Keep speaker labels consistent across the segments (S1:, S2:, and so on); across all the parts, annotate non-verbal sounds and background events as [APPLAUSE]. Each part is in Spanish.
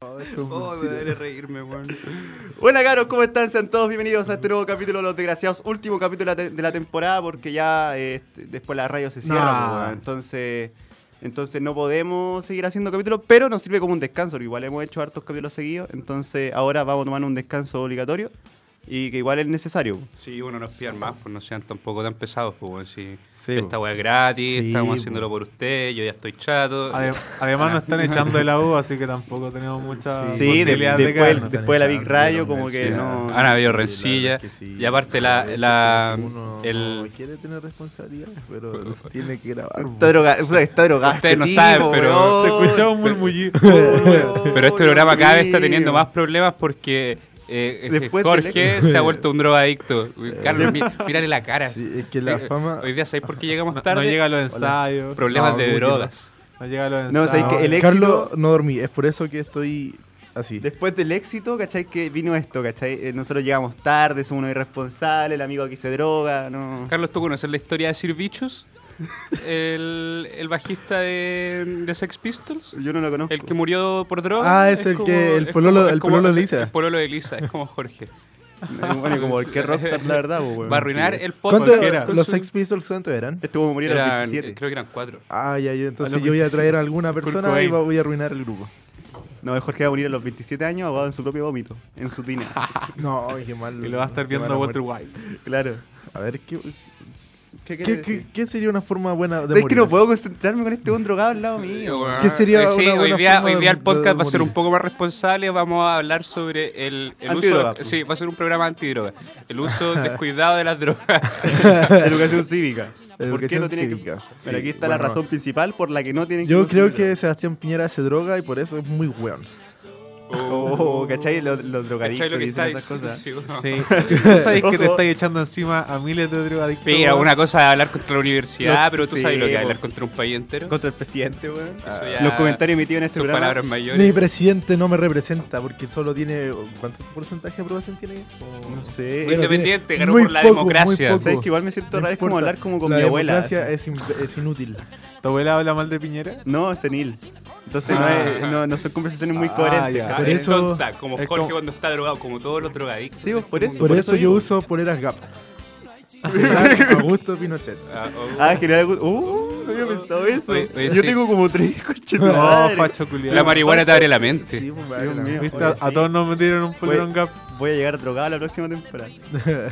S1: Oh, me duele reírme, weón.
S2: Hola, caros, ¿cómo están? Sean todos bienvenidos a este nuevo capítulo de Los Desgraciados. Último capítulo de la te- de la temporada porque ya eh, este- después la radio se cierra,
S3: Nah.
S2: pues, weón. entonces... Entonces no podemos seguir haciendo capítulos, pero nos sirve como un descanso, porque igual hemos hecho hartos capítulos seguidos, entonces ahora vamos a tomar un descanso obligatorio y que igual es necesario.
S1: Sí, bueno, nos pidan más, pues no sean tampoco tan pesados, pues, weón. Sí.
S3: Sí,
S1: Esta
S3: po.
S1: weá es gratis,
S3: Sí,
S1: estamos
S3: po.
S1: haciéndolo por usted, yo ya estoy chato.
S3: Adem- además nos están echando de la U, así que tampoco tenemos mucha
S2: Sí, de-
S3: Ah, posibilidad de
S2: después,
S3: quedarnos.
S2: después de la Big Radio, como que
S1: Sí,
S2: no...
S1: Han habido rencillas.
S4: rencilla
S1: Y aparte la, la el,
S4: el... quiere tener responsabilidades,
S1: [LAUGHS]
S4: pero tiene que grabar.
S2: Está drogado, puta, está drogado.
S1: Ustedes no
S2: este
S1: saben,
S2: tipo,
S1: pero-
S2: weón.
S3: Se
S2: [LAUGHS]
S3: escuchaba un murmullido.
S1: pero este programa cada vez está teniendo
S2: Amigo.
S1: más problemas porque eh, es que
S2: Después del
S1: Jorge se ha vuelto un drogadicto. Uy, Carlos, mi- mírale la cara.
S4: Sí, es que la
S1: Eh,
S4: fama.
S1: Hoy día sabéis por qué llegamos
S3: No,
S1: tarde.
S3: no llega a los ensayos.
S1: Problemas
S4: No,
S1: de
S4: ¿cómo que no?
S1: drogas.
S3: No llega a los
S2: No,
S3: ensayos.
S2: sabéis que el éxito-
S4: Ah, Carlos no dormí, es por eso que estoy así.
S2: Después del éxito, ¿cachai? Que vino esto, ¿cachai? Eh, Nosotros llegamos tarde, somos unos irresponsables, el amigo aquí se droga, no.
S1: Carlos, ¿tú conoces la historia de Sir Bichos? El, el bajista de, de Sex Pistols.
S2: Yo no lo conozco.
S1: El que murió por drogas.
S4: Ah, es el que- el pololo- el pololo de Lisa.
S1: El pololo de Lisa, es como Jorge.
S4: [LAUGHS]
S2: [LAUGHS] Bueno, como el que rockstar, la verdad, po, weón.
S1: Va a arruinar el podcast.
S4: ¿Cuántos
S3: cualquiera.
S1: con
S4: los
S1: su-
S4: Sex Pistols cuántos eran?
S2: Este hubo morir a
S1: eran-
S2: los 27.
S1: Creo que eran cuatro.
S4: Ah, ya, yo,
S3: A
S4: entonces
S3: los
S4: yo voy a
S3: 25.
S4: traer a alguna persona y
S3: pues, Cobain.
S4: va- voy a arruinar
S3: [LAUGHS]
S4: el grupo.
S2: No, es Jorge va a morir a los 27 años ahogado en su propio vómito, en su
S1: [LAUGHS]
S2: tina.
S4: No, qué mal.
S3: Y lo va a estar
S4: qué
S3: viendo
S4: mala
S3: Walter
S4: muerte.
S3: White.
S2: [LAUGHS] claro.
S4: A ver, ¿qué,
S2: ¿Qué
S4: qué, qué, qué sería una forma buena de
S2: ¿Sabes que
S4: morir?
S2: no puedo concentrarme con este buen drogado al lado [LAUGHS] mío?
S4: ¿Qué sería
S1: Eh, sí,
S4: una
S1: hoy
S4: buena
S1: día,
S4: forma
S1: hoy día el
S4: de-
S1: podcast
S4: de
S1: va a ser
S4: morir?
S1: un poco más responsable. Vamos a hablar sobre el, el uso.
S2: Antidroga. pues.
S1: Sí, va a ser un programa antidroga. El
S4: [LAUGHS]
S1: uso descuidado de las drogas.
S2: Educación cívica. ¿Por qué
S4: Educación
S2: no tiene
S4: cívica.
S2: que.? Pero
S4: Sí,
S2: aquí está la
S4: bueno.
S2: razón principal por la que no tienen
S4: Yo creo
S2: consumir droga.
S4: que Sebastián Piñera se droga y por eso es muy weón.
S2: Oh, ¿cachai? Los, los drogadictos
S1: ¿Cachai lo que
S2: dicen
S1: estáis?
S2: esas cosas.
S1: Sí, bueno.
S3: Sí. ¿Tú sabéis que te
S2: Ojo.
S3: estáis echando encima a miles de drogadictos?
S1: Mira,
S3: weón?
S1: una cosa es hablar contra la universidad,
S2: Lo-
S1: pero tú
S2: sí,
S1: sabes lo que es
S2: po.
S1: hablar contra un país entero.
S2: Contra el presidente, weón.
S1: Eso ya
S2: Los comentarios emitidos en este
S1: Son
S2: programa.
S1: palabras
S4: Mi
S1: mayores.
S4: presidente no me representa porque solo tiene. ¿Cuánto porcentaje de aprobación tiene? O-
S2: No sé.
S4: Bueno,
S1: Independiente,
S4: tiene-
S1: ganó
S4: muy
S1: por la
S4: poco,
S1: democracia.
S4: muy poco.
S2: ¿Sabes que igual me siento
S4: No
S2: raro? Es como
S4: importa.
S2: hablar como con
S4: La
S2: mi abuela.
S4: democracia Es, in- es inútil.
S3: ¿Tu abuela habla mal de Piñera?
S2: No, es senil. Entonces no,
S3: Ah.
S2: es- no, no son conversaciones muy
S3: Ah,
S2: coherentes.
S3: ya.
S1: Ah,
S2: ¿cachai?
S4: por
S1: es
S4: eso-
S1: tonta, como
S3: es
S1: Jorge
S3: como-
S1: cuando está drogado, como todos los drogadictos.
S2: Sí, vos, por eso.
S4: Por, eso, yo
S2: digo.
S4: uso poleras
S2: [LAUGHS]
S4: Gap. [LAUGHS] General Augusto Pinochet.
S1: Ah, oh.
S2: Ah, general. Augusto. Uh, no había pensado eso.
S1: Oye, oye,
S2: yo
S1: sí.
S2: tengo como tres coches.
S3: No,
S2: madre.
S3: facho culiado.
S1: La marihuana te abre la mente.
S4: Sí, pues,
S2: Dios
S4: vale,
S2: mío.
S3: ¿Viste?
S2: Oye,
S3: a, a
S2: sí. Pues,
S3: todos nos metieron un polerón gap.
S2: Voy a llegar drogado a la próxima temporada.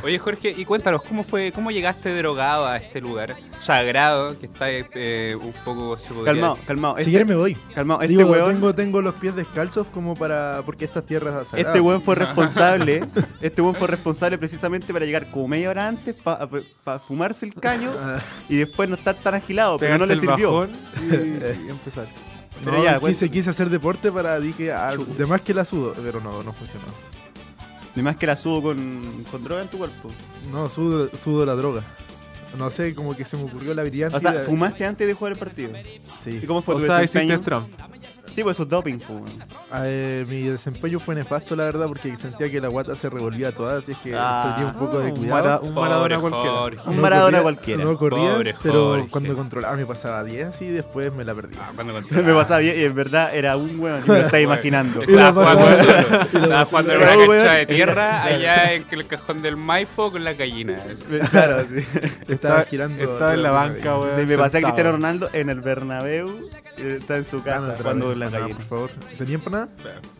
S1: Oye Jorge, y cuéntanos, ¿cómo fue, cómo llegaste drogado a este lugar sagrado que está eh, un poco... se podría-
S2: Calmado, calmado.
S4: Si
S2: Este,
S4: quieres me voy.
S2: calmado. Este
S4: Digo,
S2: weón.
S4: tengo, tengo los pies descalzos como para. Porque estas tierras sagradas.
S2: Este weón fue responsable, este weón fue responsable precisamente para llegar como media hora antes para fumarse el caño
S4: Ah.
S2: y después no estar tan agilado, pero no
S3: pegarse
S2: le
S3: el
S2: sirvió.
S3: bajón
S4: Eh,
S3: y, y empezar.
S2: Pero
S4: No,
S2: ya,
S4: quise,
S2: cuéntame.
S4: quise hacer deporte para dije, además que la sudo, pero no, no funcionó.
S2: Ni más que la subo con, con droga en tu cuerpo.
S4: No, sudo, sudo la droga. No sé, como que se me ocurrió la brillante.
S2: O sea, fumaste antes de jugar el partido.
S4: Sí.
S2: ¿Y cómo [LAUGHS] fue
S3: O
S2: tu
S3: sea, hiciste
S2: desempeño?
S3: Trump.
S2: Sí, pues eso es doping, po, weón.
S4: A ver, mi desempeño fue nefasto, la verdad, porque sentía que la guata se revolvía toda, así es que
S2: Ah.
S4: tenía un poco de
S3: un,
S4: cuidado.
S3: mara- un maradona
S1: Pobre
S3: cualquiera.
S1: Jorge.
S2: Un Maradona
S4: corría-
S2: cualquiera.
S4: No corría,
S1: Pobre
S4: pero
S1: Jorge.
S4: cuando controlaba me pasaba 10 y después me la perdí.
S1: Ah, cuando
S2: Me pasaba bien y en verdad era un weón, y me lo estaba
S1: [LAUGHS]
S2: imaginando.
S1: Estaba
S4: pasaba-
S1: jugando, estaba jugando en una
S2: Pero,
S1: cancha de
S2: weón, [LAUGHS]
S1: tierra allá en el cajón del Maipo con la gallina.
S2: Claro, sí.
S4: Estaba girando.
S3: Estaba en la
S4: alrededor de
S3: banca,
S4: mí.
S3: weón.
S2: Sí, me pasé a
S3: sentado.
S2: Cristiano Ronaldo en el Bernabéu y está en su
S4: Dame otra
S2: casa
S4: vez
S2: jugando con la
S4: empanada,
S2: gallina.
S4: Por favor. ¿Tenía empanada?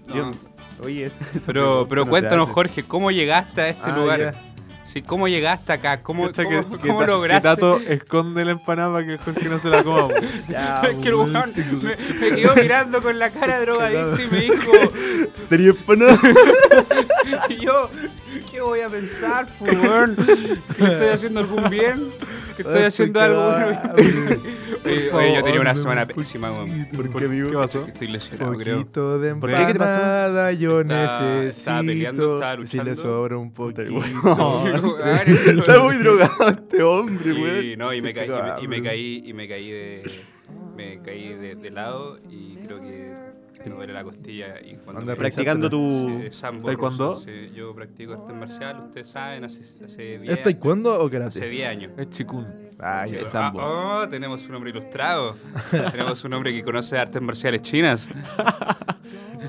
S1: No.
S2: Dios, Oye, eso- eso
S1: Pero,
S2: pregunta
S1: pero
S2: no se
S1: cuéntanos
S2: hace.
S1: Jorge, ¿cómo llegaste a este
S4: Ah,
S1: lugar?
S4: ya.
S1: Sí, ¿Cómo llegaste acá? ¿Cómo,
S3: Cacha
S1: cómo-
S3: que, que
S1: cómo
S3: Ta- que
S1: lograste?
S3: Tato esconde la empanada para que Jorge no se la coma. weón.
S4: Ya,
S1: Es que el
S4: weón,
S1: weón
S4: te-
S1: me, me quedó mirando con la
S4: [LAUGHS]
S1: cara drogadicta y me dijo,
S2: Tenía empanada.
S1: y yo, ¿qué voy a pensar, po, weón? ¿Que estoy haciendo algún bien? ¿Que estoy
S4: Ah,
S1: haciendo
S4: estoy
S1: algo
S4: cagado,
S1: bueno? [LAUGHS] Eh, Oye,
S4: Por
S1: oye, yo tenía
S4: favor,
S1: una
S4: me-
S1: semana pésima, weón.
S3: ¿Por
S2: qué, amigo?
S3: ¿Qué pasó?
S1: Estoy lesionado,
S4: [LAUGHS]
S1: creo. [LAUGHS]
S4: poquito de
S3: ¿Por qué?
S2: ¿Qué te pasó?
S4: empanada yo
S1: Estaba-
S4: necesito.
S1: estaba peleando, estaba
S4: si le
S1: luchando.
S4: sobra un
S2: [LAUGHS]
S4: poquito.
S2: [LAUGHS]
S4: [LAUGHS]
S2: Está muy drogado este hombre, weón.
S1: Y no, y me,
S2: Qué
S1: caí, y, me, y me
S2: cabrón.
S1: caí, y me caí de, me caí de, de lado y creo que me duele la costilla. Y cuando
S4: Anda,
S1: me-
S4: uh,
S2: Practicando tu.
S1: Sí, sambo
S3: ¿Taekwondo?
S1: ruso, sí, yo practico arte marcial, ustedes saben, hace, hace 10
S4: ¿Es taekwondo o
S1: Hace
S4: karate?
S1: 10 años.
S3: Es chikun.
S4: Ay,
S1: Ah,
S4: el sambo.
S1: oh, [LAUGHS] tenemos un hombre ilustrado. tenemos un hombre que conoce artes marciales chinas.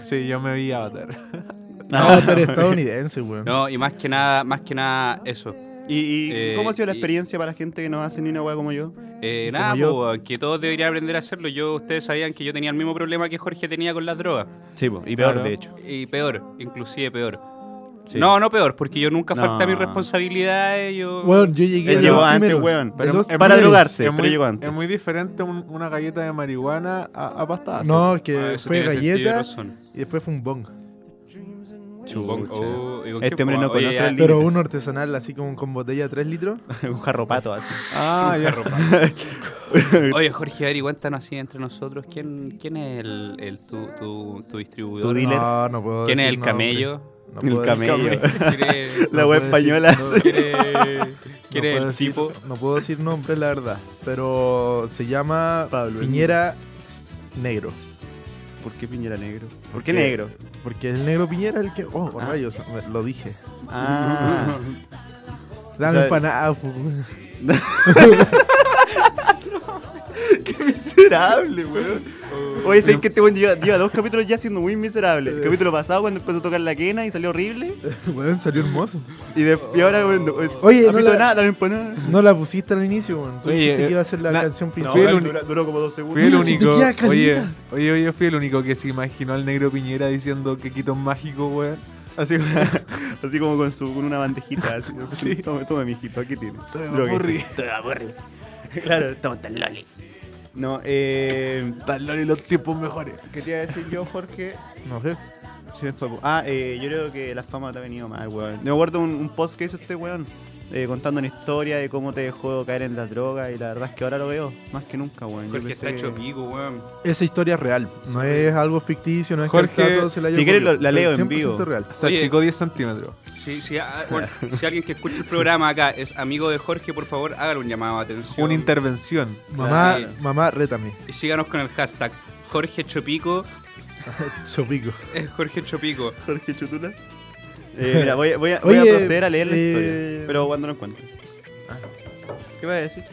S3: Sí, yo me vi Avatar.
S4: No, tú eres estadounidense, weón.
S1: Ah, No, y más que nada, más que nada eso.
S2: ¿Y, y
S1: Eh,
S2: cómo ha sido la
S1: y-
S2: experiencia para la gente que no hace ni una weá como yo?
S1: Eh, nada,
S4: yo.
S1: po, weón, que todos deberían aprender a hacerlo. Yo, ustedes sabían que yo tenía el mismo problema que Jorge tenía con las drogas.
S2: Sí, po, y
S3: Claro.
S2: peor, de hecho.
S1: Y peor, inclusive peor.
S2: Sí.
S1: No, no peor, porque yo nunca
S2: No.
S1: falté a mis responsabilidades. Yo...
S4: Weón, yo llegué.
S2: Él
S4: de
S2: llegó
S4: los
S2: antes,
S4: primeros,
S2: weón,
S4: de
S2: pero
S4: los
S2: para
S4: primeros.
S2: drogarse. Sí,
S3: es,
S2: pero
S3: muy,
S2: llegó antes.
S3: es muy diferente un- una galleta de marihuana a, a pastadas.
S4: No, es que
S1: Ah, eso
S4: fue
S1: tiene sentido y
S4: galleta
S1: razón.
S4: y después fue un bong.
S1: Chumbong-
S2: Chucha.
S1: oh, y con
S2: Este
S1: qué
S2: hombre no
S1: fuma- oye,
S2: conoce
S1: ya,
S2: el
S4: Pero
S2: Límites.
S4: uno artesanal, así como con botella de 3 litros.
S2: [LAUGHS] Un jarropato así. [LAUGHS]
S3: Ah, ya.
S1: Oye, Jorge, a ver, y cuéntanos así entre nosotros. ¿Quién, quién es el, el- tu, tu- tu
S2: Tu
S1: distribuidor?
S2: dealer.
S4: Ah, No, no puedo
S1: ¿Quién es
S4: decir
S1: el
S4: nombre.
S1: camello?
S4: No
S2: El
S4: puedo decir-
S2: camello.
S1: [LAUGHS] ¿Quiere,
S2: La
S4: No
S2: wea
S4: puedo
S2: española.
S4: decir-
S2: [LAUGHS]
S4: no-
S1: quiere, quiere
S4: puedo
S1: el
S4: decir-
S1: tipo?
S4: No puedo decir nombre, la verdad. Pero se llama
S2: Pablo, el
S4: Piñera Negro.
S2: ¿Por qué Piñera negro? ¿Por
S4: Porque-
S2: qué negro?
S4: Porque el negro Piñera es el que. Oh,
S2: Ah.
S4: rayos, lo dije.
S2: [LAUGHS] Ah.
S4: Dame
S2: sea-
S4: empanada, [LAUGHS] fu-
S2: ¡Qué miserable, weón! Oye, ¿sabes que este weón lleva, lleva dos capítulos ya siendo muy miserable? [LAUGHS] El capítulo pasado cuando empezó a tocar la quena y salió horrible.
S4: Weón, salió hermoso.
S2: Y, de- y ahora, weón, no- weón,
S4: Oye,
S2: no
S4: no
S2: pito
S4: la-
S2: nada, no empanada.
S4: No la pusiste al inicio, weón. Tú
S3: Oye,
S4: dijiste
S3: eh,
S4: que iba a ser la
S3: na-
S4: canción
S2: No,
S4: principal.
S3: fui el
S2: weón,
S3: uni-
S2: duró, duró como dos segundos.
S3: Fui el
S4: Mira, si te
S3: único.
S4: queda calita.
S3: Oye, oye, oye, fui el único que se imaginó al negro Piñera diciendo que quito es mágico, weón.
S2: Así, [LAUGHS] así como con, su, con una bandejita. Así,
S3: Sí.
S2: Tome, tome, mijito, aquí tiene.
S3: Toma,
S2: Droguese.
S3: porri.
S2: Toma, porri. [LAUGHS] Claro, toma, tan loli. No, eh.
S3: Tal Loli, los tiempos mejores.
S2: ¿Qué te iba a decir yo, Jorge?
S4: No sé.
S2: Se me fue, po. Ah, eh, yo creo que la fama te ha venido mal, weón. Me acuerdo un, un post que hizo este weón eh, contando una historia de cómo te dejó caer en las drogas y la verdad es que ahora lo veo más que nunca, weón. Yo
S1: Jorge está
S2: pensé
S1: hecho
S2: que-
S1: pico, weón.
S4: Esa historia es real. No es algo ficticio, no es que
S3: Jorge,
S4: el trato se la haya
S2: si quieres
S4: ocurrido.
S2: lo- la leo en
S4: 100%
S2: vivo.
S4: real.
S3: Se
S1: Oye.
S3: achicó 10 centímetros.
S1: Si, si, ah, bueno, si alguien que escucha el programa acá es amigo de Jorge, por favor, hágale un llamado de atención.
S3: Una intervención.
S4: Mamá,
S1: Claro.
S4: mamá, rétame.
S1: y síganos con el hashtag Jorge Chopico.
S4: Chopico.
S1: eh, Jorge Chopico.
S2: Jorge Chutula. Eh, mira, voy, a- voy a, voy a
S4: Oye,
S2: proceder a leer la
S4: eh,
S2: historia. Pero cuando lo encuentre.
S4: Ah.
S2: ¿Qué vas a decir?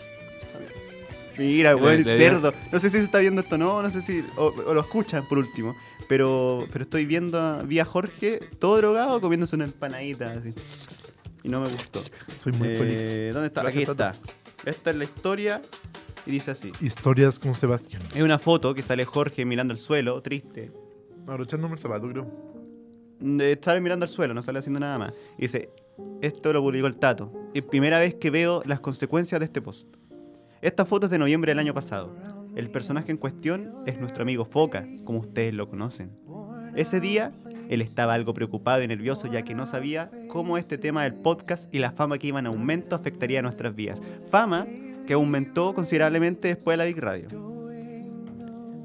S2: Mira,
S3: Le-
S2: weón, el
S3: le-
S2: cerdo. No sé si se está viendo esto o no, no sé si. O, o lo escuchan por último. Pero, pero estoy viendo a, vi a Jorge todo drogado comiéndose una empanadita así. Y no me gustó.
S4: Soy muy
S2: Eh,
S4: feliz.
S2: ¿Dónde está?
S4: Gracias,
S2: Aquí
S4: Tata.
S2: está. Esta es la historia y dice así.
S4: Historias con Sebastián.
S2: Es una foto que sale Jorge mirando al suelo, triste.
S4: Abrochándome el zapato, creo.
S2: Eh, Sale mirando al suelo, no sale haciendo nada más. Y dice, esto lo publicó el Tato. Es primera vez que veo las consecuencias de este post. Esta foto es de noviembre del año pasado. El personaje en cuestión es nuestro amigo Foca, como ustedes lo conocen. Ese día, él estaba algo preocupado y nervioso ya que no sabía cómo este tema del podcast y la fama que iba en aumento afectaría a nuestras vidas. Fama que aumentó considerablemente después de la Big Radio.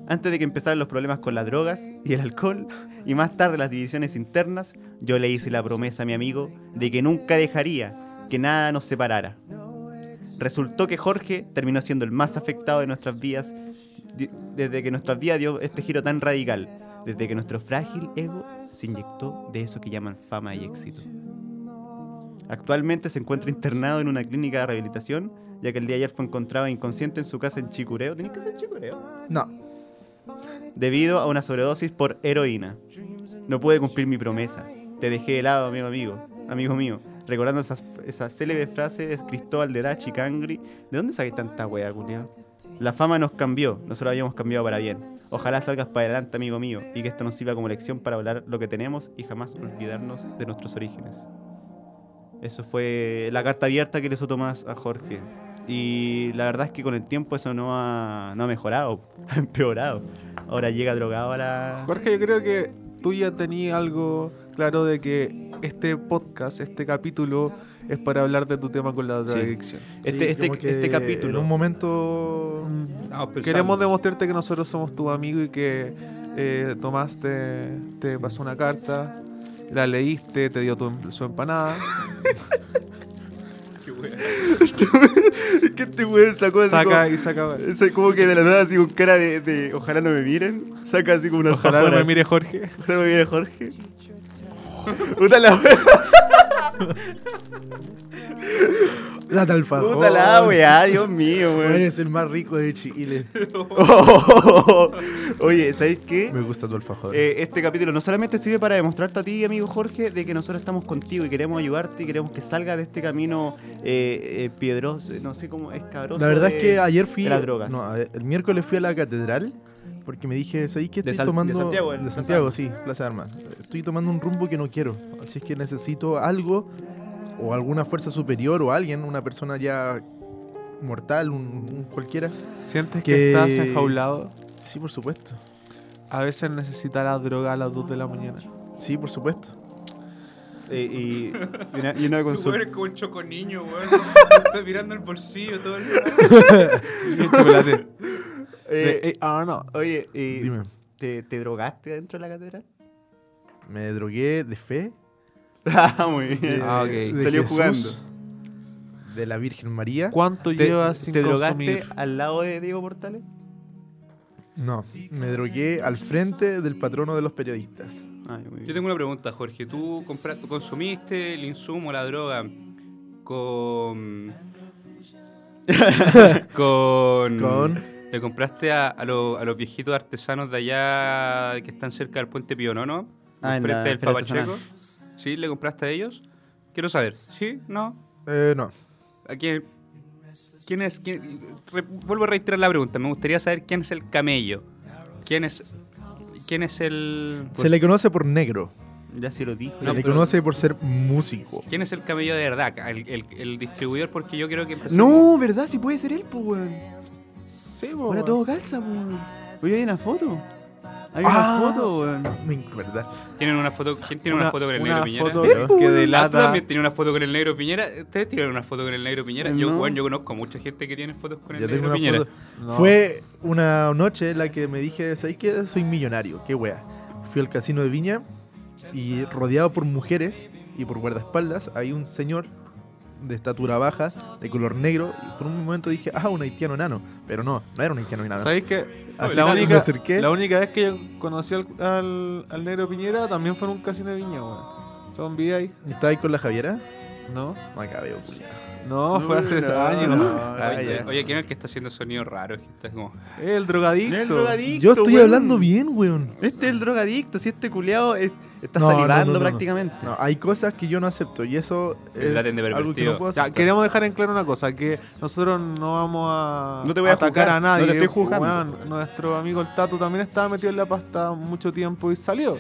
S2: Antes de que empezaran los problemas con las drogas y el alcohol, y más tarde las divisiones internas, yo le hice la promesa a mi amigo de que nunca dejaría que nada nos separara. Resultó que Jorge terminó siendo el más afectado de nuestras vidas di- desde que nuestras vidas dio este giro tan radical, desde que nuestro frágil ego se inyectó de eso que llaman fama y éxito. Actualmente se encuentra internado en una clínica de rehabilitación, ya que el día de ayer fue encontrado inconsciente en su casa en Chicureo. ¿Tenés que ser Chicureo?
S4: No.
S2: debido a una sobredosis por heroína. No pude cumplir mi promesa. Te dejé de lado, amigo amigo, amigo mío. Recordando esas- esa célebre frase de Cristóbal de la Chicangri. ¿De dónde saqué tanta wea, culiao? La fama nos cambió, nosotros habíamos cambiado para bien. Ojalá salgas para adelante, amigo mío, y que esto nos sirva como lección para hablar lo que tenemos y jamás olvidarnos de nuestros orígenes. Eso fue la carta abierta que le hizo Tomás a Jorge. Y la verdad es que con el tiempo eso no ha, no ha mejorado, [LAUGHS] ha empeorado. Ahora llega drogado a la...
S3: Jorge, yo creo que tú ya tenías algo claro de que este podcast, este capítulo, es para hablar de tu tema con la drogadicción.
S2: Este,
S4: Sí,
S2: este,
S4: como que
S2: este capítulo. [LAUGHS]
S4: En un momento.
S1: Estamos pensando.
S3: Queremos demostrarte que nosotros somos tu amigo y que eh, Tomás te, te pasó una carta, la leíste, te dio tu em- su [LAUGHS] empanada. [LAUGHS]
S1: Qué wea.
S2: que este weón sacó así
S3: Saca y saca.
S2: como, ese- como que de la nada así con cara de, de ojalá no me miren. Saca así como una
S4: [LAUGHS]
S3: Ojalá no
S2: alfajora,
S3: me
S2: así.
S3: mire Jorge.
S2: Ojalá no me mire Jorge. Puta la wea.
S4: Plata al favor.
S2: Puta la weá, Dios mío,
S4: Weón,
S2: weón.
S4: es el más rico de Chile.
S2: [LAUGHS] Oye, ¿sabes qué?
S4: Me gusta tu alfajor.
S2: Eh, este capítulo no solamente sirve para demostrarte a ti, amigo Jorge, de que nosotros estamos contigo y queremos ayudarte y queremos que salgas de este camino eh, eh, piedroso, no sé cómo es cabroso.
S4: la verdad
S2: de-
S4: es que ayer fui.
S2: de las drogas.
S4: No, a ver, el miércoles fui a la catedral porque me dije, ¿sabes qué?
S2: De
S4: Estoy
S2: Sal- de
S4: tomando.
S2: Santiago, en
S4: de
S2: Plaza
S4: Santiago, sí, Plaza de Armas. Estoy tomando un rumbo que no quiero. Así es que necesito algo o alguna fuerza superior o alguien, una persona ya mortal, un- un cualquiera.
S3: ¿Sientes que...
S4: Que-
S3: estás enjaulado?
S4: Sí, por supuesto.
S3: A veces necesitas la droga a las 2 de la mañana. [LAUGHS]
S4: Sí, por supuesto.
S2: Eh, y, y una, y una
S4: [LAUGHS]
S1: Tú
S2: consulta.
S1: eres como un choco niño, weón. Estás mirando el bolsillo todo el día.
S3: Y el chocolate.
S2: Eh,
S3: De ah, Arnold.
S2: oye, y
S4: Dime,
S2: ¿te, te drogaste dentro de la catedral? [LAUGHS]
S4: me drogué de fe.
S2: ah, muy bien.
S4: de-
S3: Ah, ok.
S4: de
S2: Salió
S4: Jesús,
S2: jugando.
S4: De la Virgen María.
S3: ¿Cuánto
S2: ¿Te,
S3: llevas sin
S2: te drogaste
S3: consumir?
S2: al lado de Diego Portales?
S4: No, me drogué al frente del patrono de los periodistas.
S2: Ay, muy bien.
S1: Yo tengo una pregunta, Jorge. ¿Tú compraste, consumiste el insumo, la droga
S2: [LAUGHS]
S1: con. con.
S2: Mm.
S4: Con.
S1: ¿Le compraste a, a lo- a los viejitos artesanos de allá que están cerca del puente Pionono?
S2: Ah, en la
S1: frente del
S2: feria
S1: Papacheco. ¿Sí? ¿Le compraste a ellos? Quiero saber. ¿Sí? ¿No?
S4: Eh, no.
S1: ¿A quién? ¿Quién es? quién- re- vuelvo a reiterar la pregunta. Me gustaría saber quién es el camello. ¿Quién es? ¿Quién es el?
S4: Se le conoce por negro.
S2: Ya se lo dije.
S4: Se
S1: No,
S4: le
S1: pero-
S4: conoce por ser músico.
S1: ¿Quién es el camello de verdad? ¿El, el- el distribuidor? Porque yo creo que...
S2: No, ¿verdad? Si puede ser él, pues, weón.
S3: Sí,
S2: Ahora todo calza, pues, weón. Oye, hay una foto. Hay
S4: Ah.
S2: una foto, weón.
S4: Me- ¿Verdad?
S1: ¿Tienen una foto, ¿Quién tiene una, foto con el negro Piñera?
S3: foto
S1: Ah,
S4: Él,
S3: que
S2: pues, weón.
S1: ¿tú
S3: delata.
S1: también tienes una foto con el negro Piñera? ¿Ustedes tienen una foto con el negro Piñera?
S2: Sí,
S1: Yo,
S2: no.
S1: bueno, yo conozco mucha gente que tiene fotos con el
S4: Ya tengo
S1: negro
S4: una
S1: Piñera.
S4: foto.
S3: No.
S4: Fue una noche en la que me dije, ¿sabes qué? Soy millonario, qué wea. Fui al casino de Viña y rodeado por mujeres y por guardaespaldas, hay un señor de estatura baja, de color negro, y por un momento dije, ah, un haitiano enano. Pero no, no era un haitiano enano.
S3: ¿Sabéis que
S4: Así
S3: la
S4: que me
S3: única,
S4: acerqué.
S3: la única vez que yo conocí al, al, al negro Piñera también fue en un casino de viña, weón. Son vi ahí.
S4: ¿Estaba ahí con la Javiera?
S3: No,
S4: Macabeo, culiao.
S3: no, fue hace
S2: No,
S3: años.
S4: no. Ah,
S1: Oye,
S4: ya.
S1: oye, ¿quién es el que está haciendo sonidos raros? Que está como...
S3: El drogadicto.
S2: El drogadicto,
S4: Yo estoy
S2: weón.
S4: hablando bien, weón.
S2: Este es el drogadicto, si este culiado está
S4: No, no,
S2: salivando
S4: no, no, no.
S2: prácticamente.
S4: No, hay cosas que yo no acepto y eso
S1: Me
S4: es
S1: traten de
S4: algo que
S1: pervertido.
S4: no puedo
S3: Ya,
S4: aceptar.
S3: queremos dejar en claro una cosa, que nosotros no vamos a
S2: No te voy a
S3: atacar
S2: juzgar,
S3: a nadie.
S2: no te estoy juzgando.
S3: Weón, nuestro amigo el Tato también estaba metido en la pasta mucho tiempo y salió.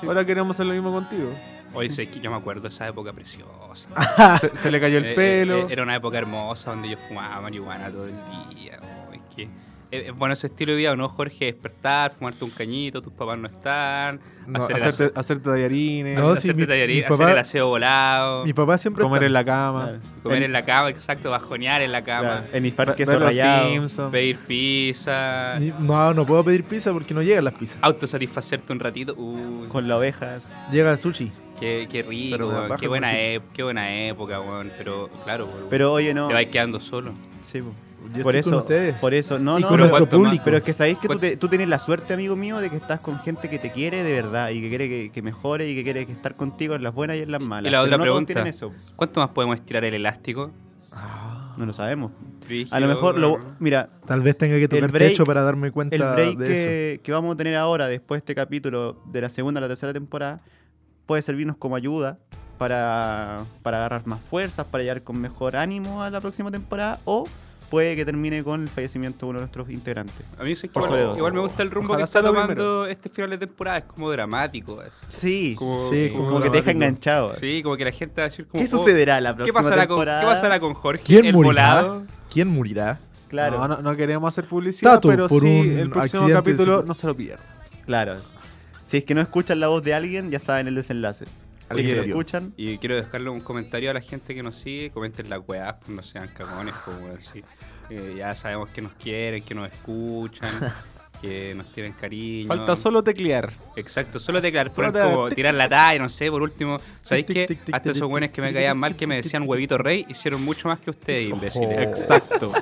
S1: Sí.
S3: Ahora queremos hacer lo mismo contigo.
S1: Oye, sé que yo me acuerdo de esa época preciosa.
S3: Se, se le cayó
S1: Eh,
S3: el
S1: eh,
S3: pelo.
S1: eh, Era una época hermosa donde yo fumaba marihuana todo el día. oh, es que eh, eh, bueno ese estilo de vida, ¿o ¿no, Jorge? Despertar, fumarte un cañito, tus papás no están,
S4: No,
S1: hacer, el
S3: hacerte,
S1: aseo-
S3: hacerte tallarines,
S4: No,
S1: hacer-
S4: sí,
S1: hacerte
S4: mi-
S1: tallarín,
S4: mi
S1: hacer
S4: papá-
S1: el aseo volado,
S4: Mi papá siempre
S3: comer
S4: está-
S3: en la cama.
S1: comer en la cama, exacto, bajonear en la cama,
S2: En
S3: Ver-
S2: Ifar queso
S3: ver los
S2: rayado.
S3: Simpsons.
S1: pedir pizza,
S4: Ni- No, no puedo pedir pizza porque no llegan las pizzas.
S1: autosatisfacerte un ratito. Uy,
S2: Con las ovejas.
S4: Llega el sushi.
S1: qué, qué rico,
S4: Pero la
S1: weón,
S4: baja
S1: qué, buena
S4: con
S1: e- qué buena época, weón. Pero claro, weón,
S2: Pero oye, no.
S1: te vais quedando solo.
S4: Sí, po. Yo
S2: Por
S4: estoy
S2: eso,
S4: con ustedes.
S2: por eso, no,
S4: Y
S2: no,
S4: con
S2: pero,
S1: nuestro
S2: cuanto más-
S1: público.
S2: pero es que sabéis que tú,
S1: Cuan-
S2: te- tú tienes la suerte, amigo mío, de que estás con gente que te quiere de verdad y que quiere que, que mejore y que quiere que estar contigo en las buenas y en las malas.
S1: la
S2: Pero
S1: otra
S2: no todos
S1: pregunta.
S2: tienen eso.
S1: ¿Cuánto más podemos estirar el elástico?
S2: No lo sabemos. A lo mejor,
S1: Brígido,
S2: lo,
S1: weón.
S2: mira,
S4: Tal vez tenga que tocar
S2: El break-
S4: techo para darme cuenta
S2: el break
S4: de
S2: que, que vamos a tener ahora, después de este capítulo de la segunda a la tercera temporada, puede servirnos como ayuda para, para agarrar más fuerzas, para llegar con mejor ánimo a la próxima temporada o puede que termine con el fallecimiento de uno de nuestros integrantes.
S1: A mí sí que
S2: Por
S1: igual,
S2: favor.
S1: igual me gusta el rumbo
S3: Ojalá
S1: que está
S3: sea lo
S1: tomando
S3: primero.
S1: este final de temporada. Es como dramático. es.
S2: Sí, como,
S1: Como,
S4: Sí,
S1: como-
S4: como
S2: que te deja
S4: dramático.
S2: enganchado.
S1: sí, como que la gente va a decir como,
S2: ¿Qué
S1: oh,
S2: sucederá la
S1: ¿Qué
S2: próxima
S1: pasará, con,
S2: temporada?
S1: ¿Qué pasará con Jorge?
S4: ¿Quién
S1: el
S4: morirá?
S1: volado.
S4: eso. ¿Quién morirá?
S2: Claro,
S3: No, no, no queremos hacer publicidad,
S4: Tato,
S3: pero
S4: por
S3: sí,
S4: un
S3: el próximo
S4: accidente
S3: capítulo
S4: se-
S3: no se lo pierdan.
S2: claro. Si es que no escuchan la voz de alguien, ya saben el desenlace. Si es
S4: Alguien
S2: que lo
S4: murió.
S2: escuchan,
S1: Y quiero dejarle un comentario a la gente que nos sigue. Comenten las weas, pues no sean cagones. Como así. Eh, ya sabemos que nos quieren, que nos
S4: [LAUGHS]
S1: escuchan, que nos tienen cariño.
S3: Falta solo teclear.
S1: Exacto, solo declarar,
S3: Solo
S1: fueron
S3: te-
S1: como tirar la talla, no sé, por último. ¿Sabéis
S4: tic,
S1: qué?
S4: tic, tic,
S1: Hasta
S4: tic,
S1: esos
S4: tic,
S1: buenos que me caían mal, que me decían huevito rey, hicieron mucho más que ustedes, imbéciles.
S4: Ojo.
S3: Exacto.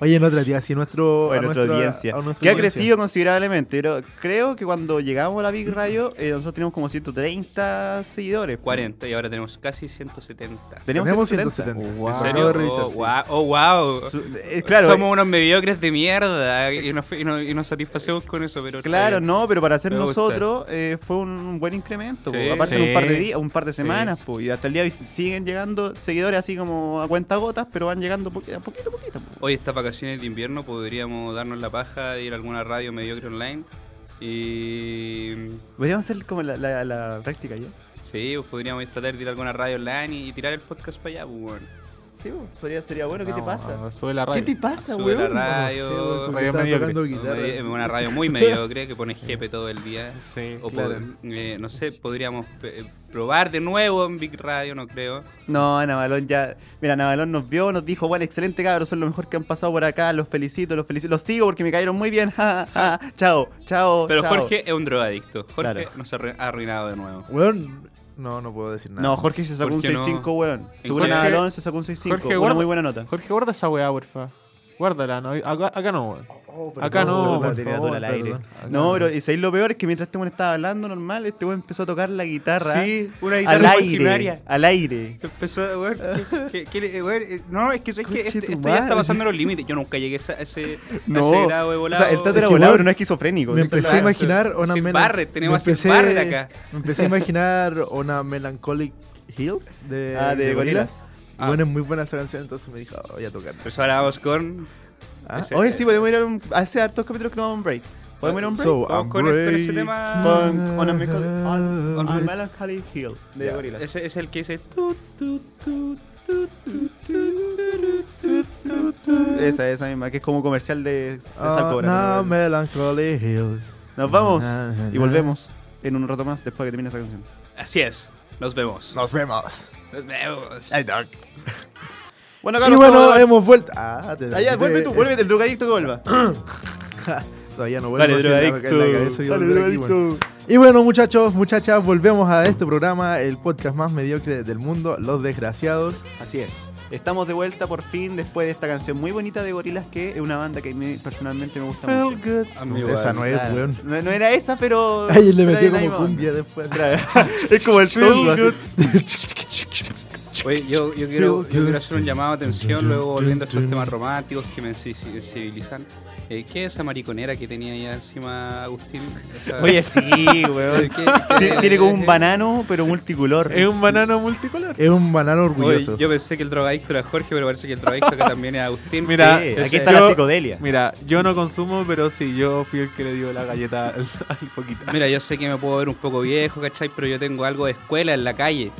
S4: Oye, no tía, si nuestro,
S2: Bueno,
S4: a
S2: nuestra
S4: nuestra-
S2: audiencia.
S4: a nuestra
S2: que ha
S4: audiencia.
S2: crecido considerablemente. Pero creo que cuando llegamos a la Big Radio, eh, nosotros teníamos como 130 seguidores. pues.
S1: 40 y ahora tenemos casi 170.
S2: Tenemos,
S4: Tenemos
S2: 170.
S4: 170.
S1: ¿En
S3: Wow.
S1: serio? Oh, wow. Oh, wow.
S2: Su- eh, claro,
S1: Somos
S2: eh,
S1: unos mediocres de mierda y nos, y nos- y nos satisfacemos con eso, pero... está
S2: eh, claro,
S1: bien.
S2: no, pero para ser
S1: Me gusta.
S2: nosotros eh, fue un buen incremento.
S1: Sí,
S2: po. Aparte de
S1: sí.
S2: un par de días, un par de
S1: Sí.
S2: semanas, po, y hasta el día de hoy siguen llegando seguidores así como a cuenta gotas, pero van llegando poqu- a poquito a poquito. pues. po.
S1: Hoy estas vacaciones de invierno podríamos darnos la paja de ir a alguna radio mediocre online y...
S2: Podríamos hacer como la, la- la práctica ya.
S1: Sí, pues podríamos tratar de ir a alguna radio online y, y tirar el podcast para allá, pues, weón.
S2: Sí, po, podría, sería bueno. ¿Qué te
S3: Vamos,
S2: pasa?
S3: a- sube la
S2: ¿Qué
S3: radio.
S2: te pasa,
S1: Sube la
S2: weón?
S1: radio.
S4: Sí, weón, como
S3: Radio
S4: que estaba
S3: mediocre.
S4: tocando guitarra.
S1: Es una radio
S4: [LAUGHS]
S1: muy mediocre que pone jepe todo el día.
S3: Sí.
S1: O
S4: Claro.
S1: pod- eh, no sé, podríamos eh, probar de nuevo en Big Radio, no creo.
S2: No, Navalón ya. Mira, Navalón nos vio, nos dijo, bueno, excelente cabros, son los mejores que han pasado por acá, los felicito, los felicito, los sigo porque me cayeron muy bien, [LAUGHS] ja, ja, ja, chao, chao.
S1: Pero
S2: chao".
S1: Jorge es un drogadicto. Jorge
S2: Claro.
S1: nos ha arru- ha arruinado de nuevo.
S4: Weón, no, no puedo decir nada.
S2: No, Jorge se sacó un
S1: ¿Por qué no?
S2: 6-5, weón. Seguro
S1: Jorge-
S2: Navalón se sacó un 6-5.
S3: Jorge,
S2: Una
S3: guarda-
S2: muy buena nota.
S3: Jorge, guarda esa weá, porfa. Guárdala, no, acá, acá no, weón.
S4: Oh, perdón,
S3: Acá no,
S4: perdón,
S3: por
S4: tenía
S3: favor,
S4: todo el aire.
S3: perdón. Acá
S2: No,
S3: no.
S2: pero y sabéis lo peor es que mientras este weón estaba hablando normal, este weón empezó a tocar la guitarra.
S1: Sí, una
S2: Al
S1: guitarra
S2: aire,
S1: imaginaria.
S2: al aire.
S1: Empezó, weón, que- que- que- weón, eh, No, es que, es que
S2: Ah. Conche
S1: este,
S2: tu
S1: esto ya
S2: madre.
S1: está pasando los límites. Yo nunca llegué a esa- a ese, a
S2: No.
S1: ese grado de
S2: O
S1: volado.
S2: sea, el Tato
S4: Es
S2: era
S4: que
S2: volado,
S4: igual-
S2: pero no es esquizofrénico.
S4: Me empecé a
S1: Exacto.
S4: imaginar una
S1: Sid
S4: melan-
S1: Barrett, tenemos
S4: me
S1: a Sid Barrett acá.
S4: me
S1: [LAUGHS]
S4: empecé a imaginar una Melancholic Hills de,
S2: Ah, de gorilas.
S1: Ah.
S4: Bueno, es muy buena esa canción, entonces me dijo, "Oh, voy a tocar.
S1: Pues ahora vamos con.
S4: Ah,
S1: ese-
S2: Oye, sí, podemos ir a un. Hace hartos capítulos que no vamos a un break. ¿Podemos ir a un break?
S4: So,
S1: Vamos
S4: I'm
S1: con el- con ese
S4: breaking
S1: tema-
S2: Con On a Melancholy-
S4: out.
S2: on- on a Melancholy Hill de gorilas.
S1: Ese es el que dice. tu, tu, tu, tu, tu, tu, tu, tu, tu.
S2: Esa, esa misma, que es como comercial de, de
S4: Ah,
S2: Saco,
S4: no, Ah,
S2: ¿no?
S4: Melancholy Hills.
S2: Nos vamos
S4: Na, na,
S2: y
S4: na.
S2: volvemos en un rato más después de que termine esa canción.
S1: Así es. Nos vemos.
S4: Nos vemos.
S1: Nos vemos.
S2: Bueno,
S4: Y
S2: Carlos,
S4: bueno,
S2: todo-
S4: hemos vuelto. Ah, te-
S2: allá,
S4: te-
S2: vuelve tú,
S4: [LAUGHS]
S2: vuelve el drogadicto que vuelva.
S4: Todavía no vuelvo.
S2: Dale,
S4: así, en la
S2: drogadicto.
S4: cabeza y
S2: Dale,
S4: volver aquí, bueno.
S2: drogadicto.
S4: Y bueno, muchachos, muchachas, volvemos a este programa, el podcast más mediocre del mundo, Los Desgraciados.
S2: Así es. Estamos de vuelta por fin después de esta canción muy bonita de Gorilas, que es una banda que a mí personalmente me gusta mucho.
S3: good.
S1: Amigo,
S4: Esa no es,
S2: Ah,
S4: weón.
S2: No, no era esa, pero.
S4: Ay, le
S2: pero
S4: metió
S2: era la
S4: como
S2: misma
S4: cumbia después. [LAUGHS]
S2: onda. es como el
S4: Feel
S2: Feel
S1: Oye, yo, yo, quiero,
S4: Feel
S1: yo
S4: good.
S1: quiero hacer un llamado a atención, luego volviendo a estos temas románticos que me sensibilizan. Eh, ¿Qué es esa mariconera que tenía allá encima Agustín? Esa-
S2: Oye, sí, weón.
S1: ¿Qué-
S2: Tiene-
S1: qué-
S2: Tiene como un
S1: qué-
S2: banano, pero multicolor.
S3: Es un banano multicolor.
S4: Es un banano
S1: Oye,
S4: orgulloso.
S1: yo pensé que el drogadicto era Jorge, pero parece que el drogadicto acá también es Agustín.
S3: Mira,
S2: Sí,
S1: Ese-
S2: aquí está la
S3: yo-
S2: psicodelia.
S3: Mira, yo no consumo, pero sí, yo fui el que le dio la galleta al, [LAUGHS] al poquito.
S1: Mira, yo sé que me puedo ver un poco viejo, ¿cachai? Pero yo tengo algo de escuela en la calle.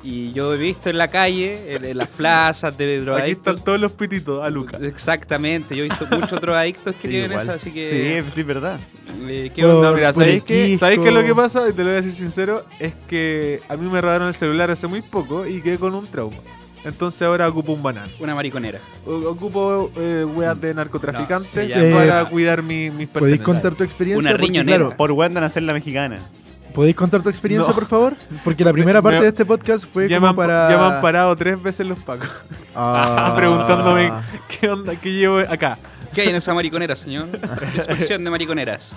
S1: Y yo he visto en la calle, en, en las plazas de
S3: Aquí
S1: drogadictos.
S3: están todos los pititos, a Lucas.
S1: Exactamente, yo he visto muchos drogadictos que
S4: Sí,
S1: tienen
S4: igual.
S1: eso, así que.
S2: Sí, sí, es verdad.
S1: eh, ¿Qué
S4: Por-
S1: onda?
S3: No, mira,
S4: por
S3: ¿sabéis
S4: el
S3: qué?
S4: disco.
S3: ¿Sabéis qué es lo que pasa? Y te lo voy a decir sincero, es que a mí me robaron el celular hace muy poco y quedé con un trauma. Entonces ahora ocupo un banano.
S1: Una mariconera.
S3: O- Ocupo eh, weas de
S1: No,
S3: narcotraficantes
S1: se llama-
S3: para cuidar mi- mis
S4: ¿Podéis
S3: pertenencias.
S4: contar tu experiencia?
S1: Una
S4: Porque,
S1: riñonera.
S4: claro,
S2: Por Wanda nacer la mexicana.
S4: ¿Podéis contar tu experiencia,
S3: No.
S4: por favor? Porque la primera parte
S3: Me-
S4: de este podcast fue
S3: Ya me,
S4: como
S3: han,
S4: para...
S3: ya me han parado tres veces los pacos.
S4: [LAUGHS] Ah.
S3: [LAUGHS] preguntándome qué onda, qué llevo acá.
S1: ¿Qué hay en esa mariconera, señor? Inspección de mariconeras.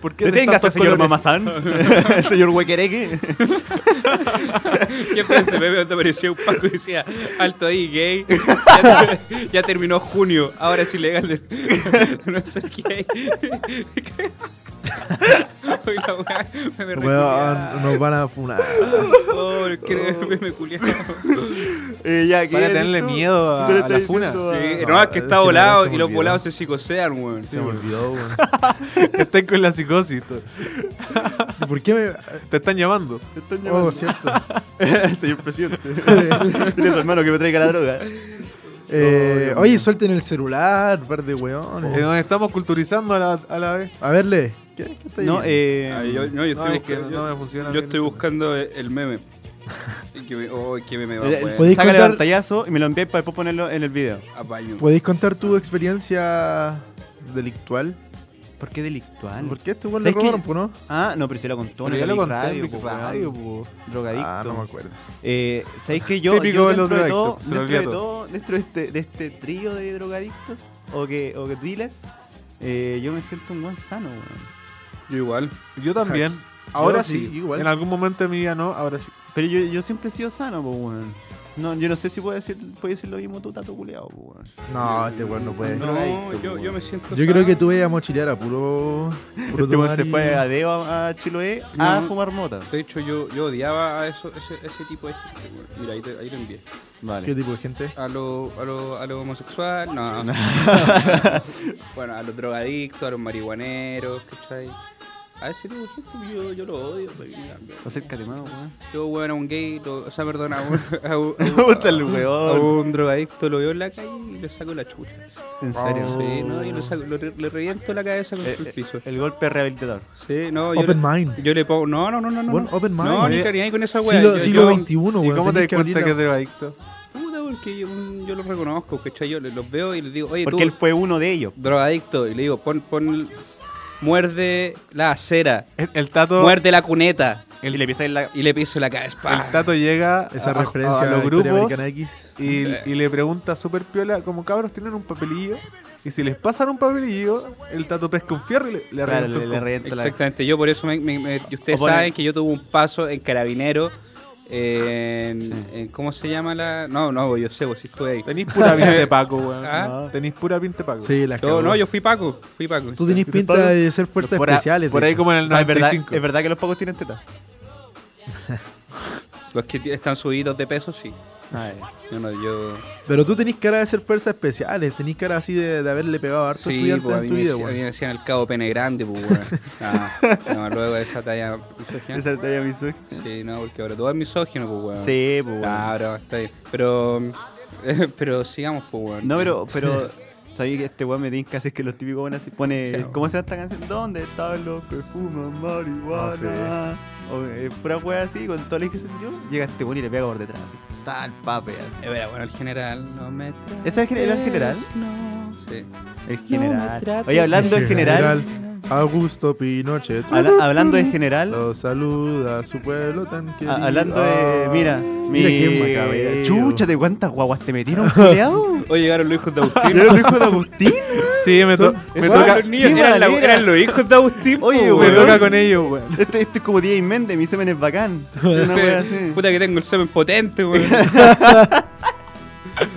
S3: ¿Por qué de
S2: Deténgase,
S3: tantos
S2: señor
S3: colores? [LAUGHS]
S2: Mamazán. [LAUGHS] señor Huequereque.
S1: ¿Qué pensé? Me cuando apareció un paco y decía, alto ahí,
S4: [LAUGHS]
S1: gay. Ya, te- ya terminó junio, ahora es ilegal. de- no sé
S4: [LAUGHS]
S1: qué. Hoy la weá me, me
S4: [LAUGHS] Weón, nos van a funar.
S1: reculeaba. Oh, que me, me culiaba.
S2: Eh, ya, ¿qué
S3: Para
S2: eres
S3: tenerle
S2: tú?
S3: miedo a-
S2: Tú le
S3: a la
S2: estás
S3: funa.
S2: diciendo a-
S1: Sí,
S4: no,
S1: no, es que
S4: es que
S1: está
S4: me-
S1: volado
S4: se me
S1: y los
S4: olvidó.
S1: volados se psicosean, weón.
S4: Se me olvidó, weón.
S3: Están con la psicosis. tú.
S4: ¿Por qué me...?
S3: [LAUGHS] Te están llamando.
S2: Te están llamando.
S4: Oh, cierto.
S2: [LAUGHS] señor presidente. Dile a su hermano que me traiga la droga.
S4: Eh, oye, suelten el celular, par de weones.
S3: Eh, nos estamos culturizando a la, a la vez.
S4: A verle. ¿Qué, qué está ahí?
S2: No, eh.
S1: Ah, yo, no, yo
S3: No,
S1: estoy
S3: es que
S1: buscando-
S3: no me funciona
S1: yo
S3: bien
S1: estoy
S3: esto.
S1: buscando el meme. Y que me, oh, qué meme va,
S2: eh,
S1: weón.
S4: ¿Podéis
S2: Sácale
S4: contar-
S2: pantallazo y me lo enviáis para después ponerlo en el video.
S1: Apaño.
S4: ¿Podéis contar tu experiencia delictual?
S2: ¿Por qué delictual?
S4: ¿Por qué este igual le
S2: ¿Sabes qué?
S4: robaron, po, no?
S2: Ah, no, pero si lo contó en
S3: Pero ya lo
S2: Big
S3: conté en
S2: Radio,
S3: Big
S2: po, weón.
S3: Radio, po.
S2: Drogadicto.
S4: Ah, no me acuerdo.
S2: Eh, ¿Sabéis que
S3: Es
S2: yo,
S3: típico
S2: yo
S3: de los
S2: dentro de todo,
S3: drogadictos, se lo
S2: dentro de
S3: olvida todo.
S2: todo, dentro de este, de este trío de drogadictos o que, o que dealers, eh, yo me siento un buen sano, weón.
S1: Yo igual.
S3: Yo también. Ahora
S4: Yo
S3: sí,
S4: sí, igual.
S3: En algún momento de mi vida no, ahora sí.
S2: Pero yo, yo siempre he sido sano, po, weón. No, yo no sé si puedo decir, puedo decir lo mismo tú, tato culeado, po, weón.
S4: No, este weón no puede.
S1: No,
S2: Drogadicto,
S1: yo,
S2: po.
S1: yo me siento.
S4: Yo creo que
S1: sano.
S4: tú veías a mochilear a puro. puro
S2: Este weón se
S4: tomar y-
S2: fue a Deo a, a Chiloé a
S1: No.
S2: fumar mota.
S1: De hecho, yo, yo odiaba a eso, ese, ese tipo de gente. weón. Mira, ahí te, ahí te envié.
S4: ¿Qué
S2: Vale.
S4: tipo de gente?
S1: A los a lo, a lo homosexual,
S2: [LAUGHS]
S1: no. bueno, a los drogadictos, a los marihuaneros, ¿cachai? A ese tipo de gente yo, yo lo odio. pues, mira, yo-
S2: Acércate más, weón.
S1: Yo, weón, a un gay, lo- o sea, perdón, a un, a un,
S2: [LAUGHS] Me gusta el
S1: a
S2: weón.
S1: un drogadicto lo veo en la calle y le saco la chucha.
S2: En serio.
S4: Oh.
S1: Sí, no, yo le, saco- lo re- le reviento la cabeza contra
S2: Eh,
S1: el
S2: eh,
S1: piso.
S2: el golpe rehabilitador.
S1: Sí, no, yo,
S4: Open
S1: le,
S4: mind.
S1: yo le pongo. No, no, no, no. no,
S4: Bueno,
S1: no.
S4: open mind.
S1: No, ni
S4: Oye,
S1: cariño con esa weá.
S4: Siglo,
S1: yo-
S4: siglo
S1: yo-
S4: XXI, weón.
S3: ¿Y cómo te das
S4: tenés que abrir
S3: cuenta que es
S4: la-
S3: drogadicto?
S1: Puta, porque yo, yo los reconozco, ¿cachai? Yo le- los veo y les digo, oye,
S2: Porque
S1: tú,
S2: él fue uno de ellos.
S1: drogadicto. Y le digo, pon, pon, muerde la acera,
S3: El, el tato,
S1: muerde la cuneta.
S2: y le pisa
S1: [LAUGHS]
S2: en la.
S1: Y le piso la cabeza. pa.
S3: el tato llega
S4: Esa
S3: a- a-
S4: referencia
S3: a los
S4: Historia
S3: grupos
S4: Americana X.
S3: y,
S1: Sí.
S3: y le pregunta súper piola, como cabros tienen un papelillo, y si les pasan un papelillo, el tato pesca un fierro y le, le
S2: Claro,
S3: revienta
S2: le,
S3: el
S2: le
S3: coco.
S2: revienta la.
S1: Exactamente, yo por eso me, me- me- y ustedes
S2: O poner-
S1: saben que yo tuve un paso en carabinero. En,
S2: Sí.
S1: en- ¿Cómo se llama la.? No, no, yo sé, vos si estuve ahí.
S3: Tenís pura pinta [LAUGHS]
S1: [LAUGHS]
S3: de Paco, weón.
S1: Ah.
S3: Tenís pura pinta de Paco.
S4: Sí, la
S1: Yo,
S4: cagó.
S1: no, yo fui Paco. Fui Paco.
S4: Tú tenés pinta
S2: Pablo,
S4: de ser fuerzas
S3: por, a-
S4: especiales.
S3: por
S4: de
S3: ahí
S4: hecho.
S3: como en el
S2: Ah, es, verdad,
S3: 95.
S2: es verdad que los pocos tienen tetas.
S1: Los que t- están subidos de peso, sí. Yo no, yo.
S4: Pero tú tenés cara de ser fuerzas especiales. Tenés cara así de, de haberle pegado a harto
S1: Sí,
S4: estudiante
S1: pues, a,
S4: en
S1: mí
S4: tu
S1: me,
S4: vida,
S1: decían- a mí
S4: weón.
S1: me decían el cabo pene grande, pues, weón. Ah, no, luego esa talla. misógina.
S2: Esa talla misógina.
S1: Sí, no, porque ahora todo es misógino, pues, weón.
S2: Sí, pues.
S1: Ah, bro, está bien. Pero. [LAUGHS] Pero sigamos, pues, weón.
S2: No, pero, pero sabía que este weón me tinca así que los típicos van así pone.
S1: Sí.
S2: ¿Cómo se llama esta canción? ¿Dónde están los que fuman
S4: No sé.
S2: marihuana? O eh, pura wea así, con todo el que yo, llega este weón y le pega por detrás así. Tal pape así.
S1: Eh, bueno, bueno, el general no me.
S2: ¿Ese es el gen- era el general?
S1: trates, No, sí.
S2: El
S1: No me
S2: general.
S1: trates
S2: Oye, hablando de
S4: de
S2: general.
S4: Augusto Pinochet.
S2: habla- hablando de general.
S4: Lo saluda a su pueblo tan querido. Ah,
S2: a- hablando de. Mira, mi.
S4: Oh. mira qué macabeo.
S2: Chucha,
S4: [LAUGHS]
S2: ¿de cuántas guaguas te metieron, [LAUGHS] culiao?
S1: Oye, llegaron los hijos de
S4: [LAUGHS]
S1: Agustín.
S2: ¿Eres el hijo de Agustín?
S3: Sí, me, to-
S4: Son-
S3: me
S1: Weón,
S3: toca,
S1: los niños
S2: qué
S1: eran, la-
S2: manera.
S1: eran los hijos de Agustín.
S3: [LAUGHS]
S2: Oye,
S1: po,
S2: weón.
S3: me toca con ellos, weón.
S2: Este, este es como Día Mende, mi semen es bacán. Una
S1: Sí,
S2: wea así.
S1: Puta que tengo el semen potente, weón.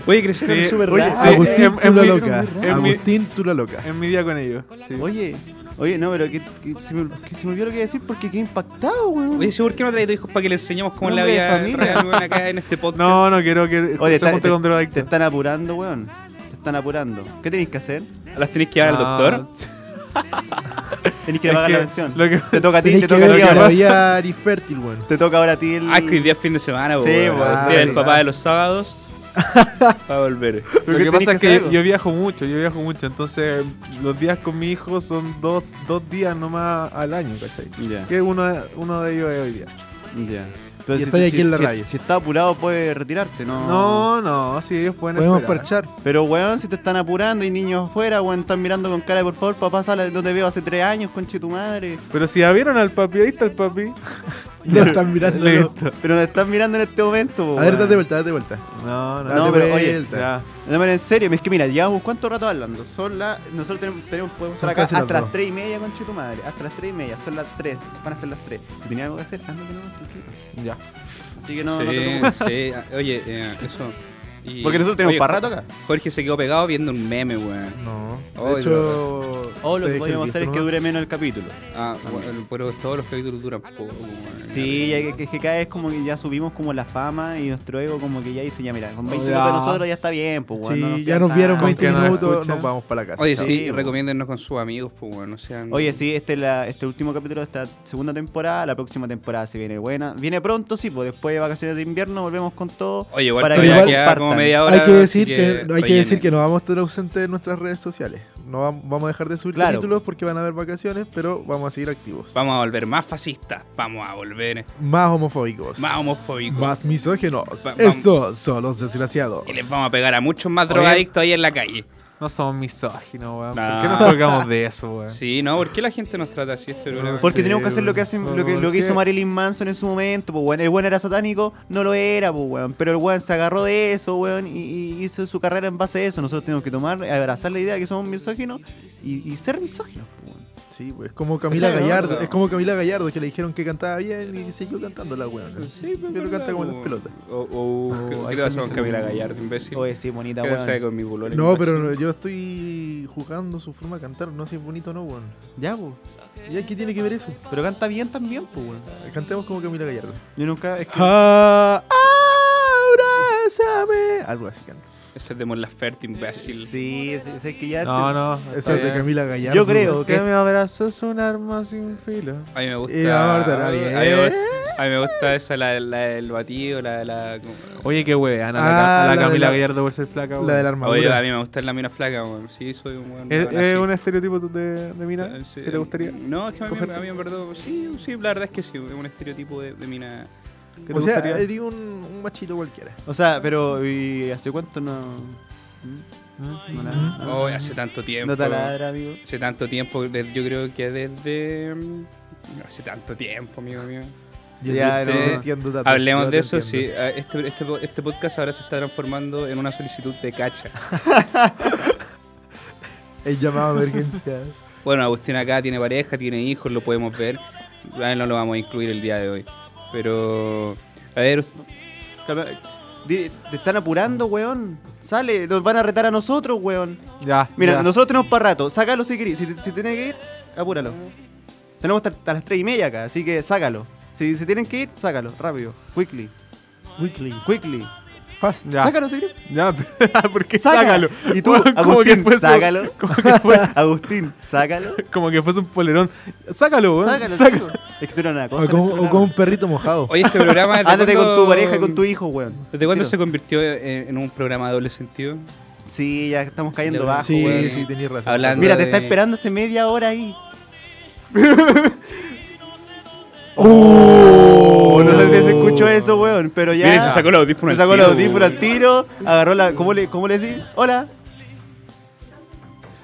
S1: Oye, crecieron
S3: Sí.
S1: súper
S2: Oye,
S1: rápido.
S3: sí.
S4: Agustín
S3: en- en
S4: Tula
S3: mi-
S4: Loca.
S3: en mi-
S4: Agustín Tula Loca.
S3: En mi día con ellos. sí.
S2: Oye, oye, no, pero que, que se, me, que se me olvidó lo que iba a decir porque quedé impactado, weón.
S1: Oye, ¿sí ¿por qué no traes a tus hijos para que le enseñemos cómo es la
S2: Nombre de
S1: vida
S2: familia.
S1: real, weón, acá en este podcast?
S3: No, no quiero que este
S2: Oye,
S3: se
S2: está-
S3: junte con
S2: Te
S3: drogadictos.
S2: están apurando, weón. Te están apurando. ¿Qué tenéis que hacer?
S1: ¿Las tenéis que dar al
S3: Ah,
S1: doctor?
S3: sí.
S2: Tenéis que ir a
S3: Es
S2: pagar
S3: que
S2: la pensión.
S3: lo que-
S2: Te toca a ti, te
S4: Tenés que
S2: toca a ti
S4: ver que la
S2: ahora.
S4: vida era infértil, weón.
S2: Te toca ahora a ti el.
S1: Ah, es que hoy día es fin de semana, pues,
S2: Sí,
S1: weón. El
S2: weón,
S1: día
S4: dale,
S1: del papá
S4: dale.
S1: de los sábados. Para volver.
S3: Lo
S2: ¿Qué
S3: que
S2: tenés
S3: pasa es
S2: que
S3: que
S2: hacer?
S3: yo viajo mucho, yo viajo mucho, entonces los días con mi hijo son dos, dos días nomás al año, ¿cachai?
S2: Ya,
S3: Que uno de, uno de ellos es hoy día.
S2: ya. Pero
S4: Y estoy aquí en la
S2: si-
S4: radio.
S2: Si está apurado, puedes retirarte, ¿no?
S3: No, no, si ellos pueden
S4: Podemos
S3: esperar.
S4: parchar.
S2: Pero, weón, si te están apurando y niños afuera, weón, están mirando con cara de por favor, papá, sale, no te veo hace tres años, conche tu madre.
S3: Pero si ya vieron al papi, ahí está el papi.
S4: Lo están mirando.
S3: Listo.
S2: Pero nos están mirando en este momento,
S4: A ver,
S2: weón.
S4: date vuelta, date vuelta.
S3: No, no,
S2: No, pero oye,
S4: vuelta.
S3: ya.
S2: No, pero en serio, es que mira, llevamos cuánto rato hablando. Son las. Nosotros tenemos, tenemos- podemos estar
S4: Son
S2: acá
S4: casi
S2: hasta
S4: las
S2: las,
S4: dos.
S2: 3 y media, conche tu madre. Hasta las 3 y media, son las 3. Van a ser las 3. Si tenía algo que hacer, anda que no, tranquilo.
S3: ya.
S2: Así que no, no te
S1: Sí,
S4: [LAUGHS]
S2: preocupes.
S1: sí. Ah, Oye, eh, eso. Y-
S2: Porque nosotros tenemos
S1: Oye,
S2: para rato acá.
S1: Jorge se quedó pegado viendo un meme, weón.
S4: No.
S1: Ay,
S4: De hecho.
S2: O Oh, lo que
S4: te dejé
S2: podemos
S4: el
S2: hacer es que
S4: visto,
S2: dure menos el capítulo.
S1: Ah, bueno, pero todos los capítulos duran poco, weón.
S2: Sí, ya que, que- que cada vez como que ya subimos como la fama y nuestro ego como que ya dice, ya mira, con 20
S3: Ya.
S2: minutos de nosotros ya está bien, pues
S4: ¿no?
S2: weón.
S4: Sí,
S2: no nos
S4: ya
S2: pidan
S4: nos vieron
S2: tanto.
S3: Con
S4: 20
S3: que nos
S4: minutos,
S3: escuchan.
S4: nos vamos para la casa.
S1: Oye,
S4: Chao.
S1: sí,
S2: Sí, weón.
S1: recomiéndennos con sus amigos, pues, weón. No sean.
S2: Oye,
S3: Mm.
S2: sí, este, es la, este último capítulo de esta segunda temporada. La próxima temporada se viene buena. Viene pronto, sí, pues después de vacaciones de invierno volvemos con todo.
S1: Oye, igual
S2: para
S4: que
S1: todavía
S4: igual
S1: queda
S2: compartan.
S1: como media hora.
S4: Hay que decir
S1: así
S4: que, hay que
S1: rellenen.
S4: decir que no vamos a estar ausentes de nuestras redes sociales. No vam- vamos a dejar de subir
S2: Claro.
S4: capítulos porque van a haber vacaciones, pero vamos a seguir activos.
S1: Vamos a volver más fascistas. Vamos a volver
S4: Más homofóbicos.
S1: más homofóbicos.
S4: Más misógenos.
S1: Va- vam-
S4: Estos son los desgraciados.
S1: Y les vamos a pegar a muchos más
S3: Oye.
S1: drogadictos ahí en la calle.
S3: No somos misóginos, weón.
S1: Nah.
S3: ¿Por qué nos colgamos de eso, weón?
S1: Sí, no, ¿por qué la gente nos trata así este problema?
S2: Porque
S3: Sí,
S2: tenemos que hacer lo que,
S3: weón.
S2: hacen, lo que, lo
S3: ¿Por
S2: que hizo
S3: qué?
S2: Marilyn Manson en su momento. Pues, weón. El weón era satánico, no lo era, pues, weón. pero el weón se agarró de eso weón, y, y hizo su carrera en base a eso. Nosotros tenemos que tomar, abrazar la idea de que somos misóginos y, y ser misóginos. pues, weón.
S4: Sí, pues, es como Camila
S2: Claro,
S4: Gallardo.
S1: no.
S4: Es como Camila Gallardo que le dijeron que cantaba bien y siguió cantando la weona.
S1: Sí, pues, pero
S4: Pero canta pues, como las pelotas.
S1: O, o,
S2: No,
S1: ¿qué-
S2: ahí
S1: ¿Qué te pasa
S2: también
S1: con
S2: se-
S1: Camila Gallardo, imbécil?
S2: Oye, sí, bonita,
S1: ¿Qué pasa
S2: weón.
S1: con mi bulón?
S4: No, pero yo estoy juzgando su forma de cantar. No sé si es bonito o no, weón.
S2: Ya, pues.
S4: ¿Y qué tiene que ver eso?
S2: Pero canta bien también, pues, weón.
S4: Cantemos como Camila Gallardo.
S2: Yo nunca. Es que,
S4: Ah, abrázame. Algo así canta.
S1: Ese es de Mon Laferte, imbécil.
S2: sí, sí, sí, es que ya.
S3: No, no.
S4: Esa es de Camila Gallardo.
S2: Yo creo
S3: Que mi abrazo es un arma sin filo.
S1: A mí me gusta.
S4: Y ahora estará
S1: a, mí
S4: bien.
S1: me, gusta- a mí me gusta esa, la, la del batido, la. la como-
S3: Oye, qué weón. Ana,
S4: Ah,
S3: la,
S4: la
S3: la
S4: de
S3: Camila
S4: la-
S3: Gallardo por ser flaca, weón.
S4: La de la
S1: Oye, a
S4: armadura.
S1: mí me gusta la mina flaca, weón. Sí, soy un weón.
S3: ¿Es,
S1: weón
S3: es
S1: así.
S3: un estereotipo de, de mina
S1: Eh, sí,
S3: que te gustaría?
S1: No, es que a mí,
S3: cogerte?
S1: a mí en verdad. Sí, sí, la verdad es que sí, es un estereotipo de, de mina.
S3: que te
S4: o sea,
S3: gustaría?
S4: sería un, un machito cualquiera.
S2: O sea, pero. ¿Y hace cuánto no.? ¿Mm? No, nada.
S1: Oh, hace tanto tiempo.
S2: No taladra, amigo.
S1: Hace tanto tiempo, desde- yo creo que desde. mm, Hace tanto tiempo, amigo mío.
S4: Yo
S2: Ya,
S4: te-
S1: no.
S4: te entiendo tanto,
S1: Hablemos de
S4: yo te
S1: eso, sí.
S4: entiendo.
S1: Ah, Este, este, po- este podcast ahora se está transformando en una solicitud de cacha.
S4: Es llamado a
S1: [LAUGHS]
S4: emergencia.
S1: Bueno, Agustín acá tiene pareja, tiene hijos, lo podemos ver. A él no lo vamos a incluir el día de hoy. Pero. A ver,
S2: Calma, di- Te están apurando, weón. Sale, nos van a retar a nosotros, weón.
S3: Ya.
S2: Mira,
S3: ya.
S2: nosotros tenemos para rato. Sácalo si querés. Si, si tiene que ir, apúralo. Tenemos hasta, hasta las 3 y media acá, así que sácalo. Si se tienen que ir, sácalo, rápido. Quickly,
S4: Weekly.
S2: quickly.
S3: Fast, ya.
S2: Sácalo si querés.
S3: Ya, ¿por qué
S2: Sácalo.
S3: sácalo?
S2: Y tú,
S3: Weón, como que
S2: Agustín,
S3: fuese-
S2: sácalo.
S3: Como que, fue-
S2: [LAUGHS] Agustín, sácalo.
S3: como que fuese un polerón. Sácalo, weón.
S2: Sácalo,
S3: sácalo.
S2: sácalo. [LAUGHS] Es que tú eres una cosa.
S4: O con,
S2: tú eres una
S4: o con
S2: cosa.
S4: un perrito mojado.
S1: oye, este programa. ¿desde
S2: [LAUGHS] Ándate con
S1: cuándo-
S2: tu pareja y con tu hijo, weón.
S1: ¿Desde cuándo
S2: Tiro.
S1: se convirtió en, en un programa de doble sentido?
S2: Sí, ya estamos
S1: Sí,
S2: cayendo bajo,
S4: sí,
S2: weón.
S4: sí, tenías razón.
S1: Hablando-
S2: Mira, te está
S1: de-
S2: esperando hace media hora ahí.
S4: ¡Oh!
S2: Uh, no sé si se escuchó eso, weón, pero ya.
S1: el audífono.
S2: Se sacó el audífono al tiro, agarró la. ¿Cómo le, cómo le decís? Hola,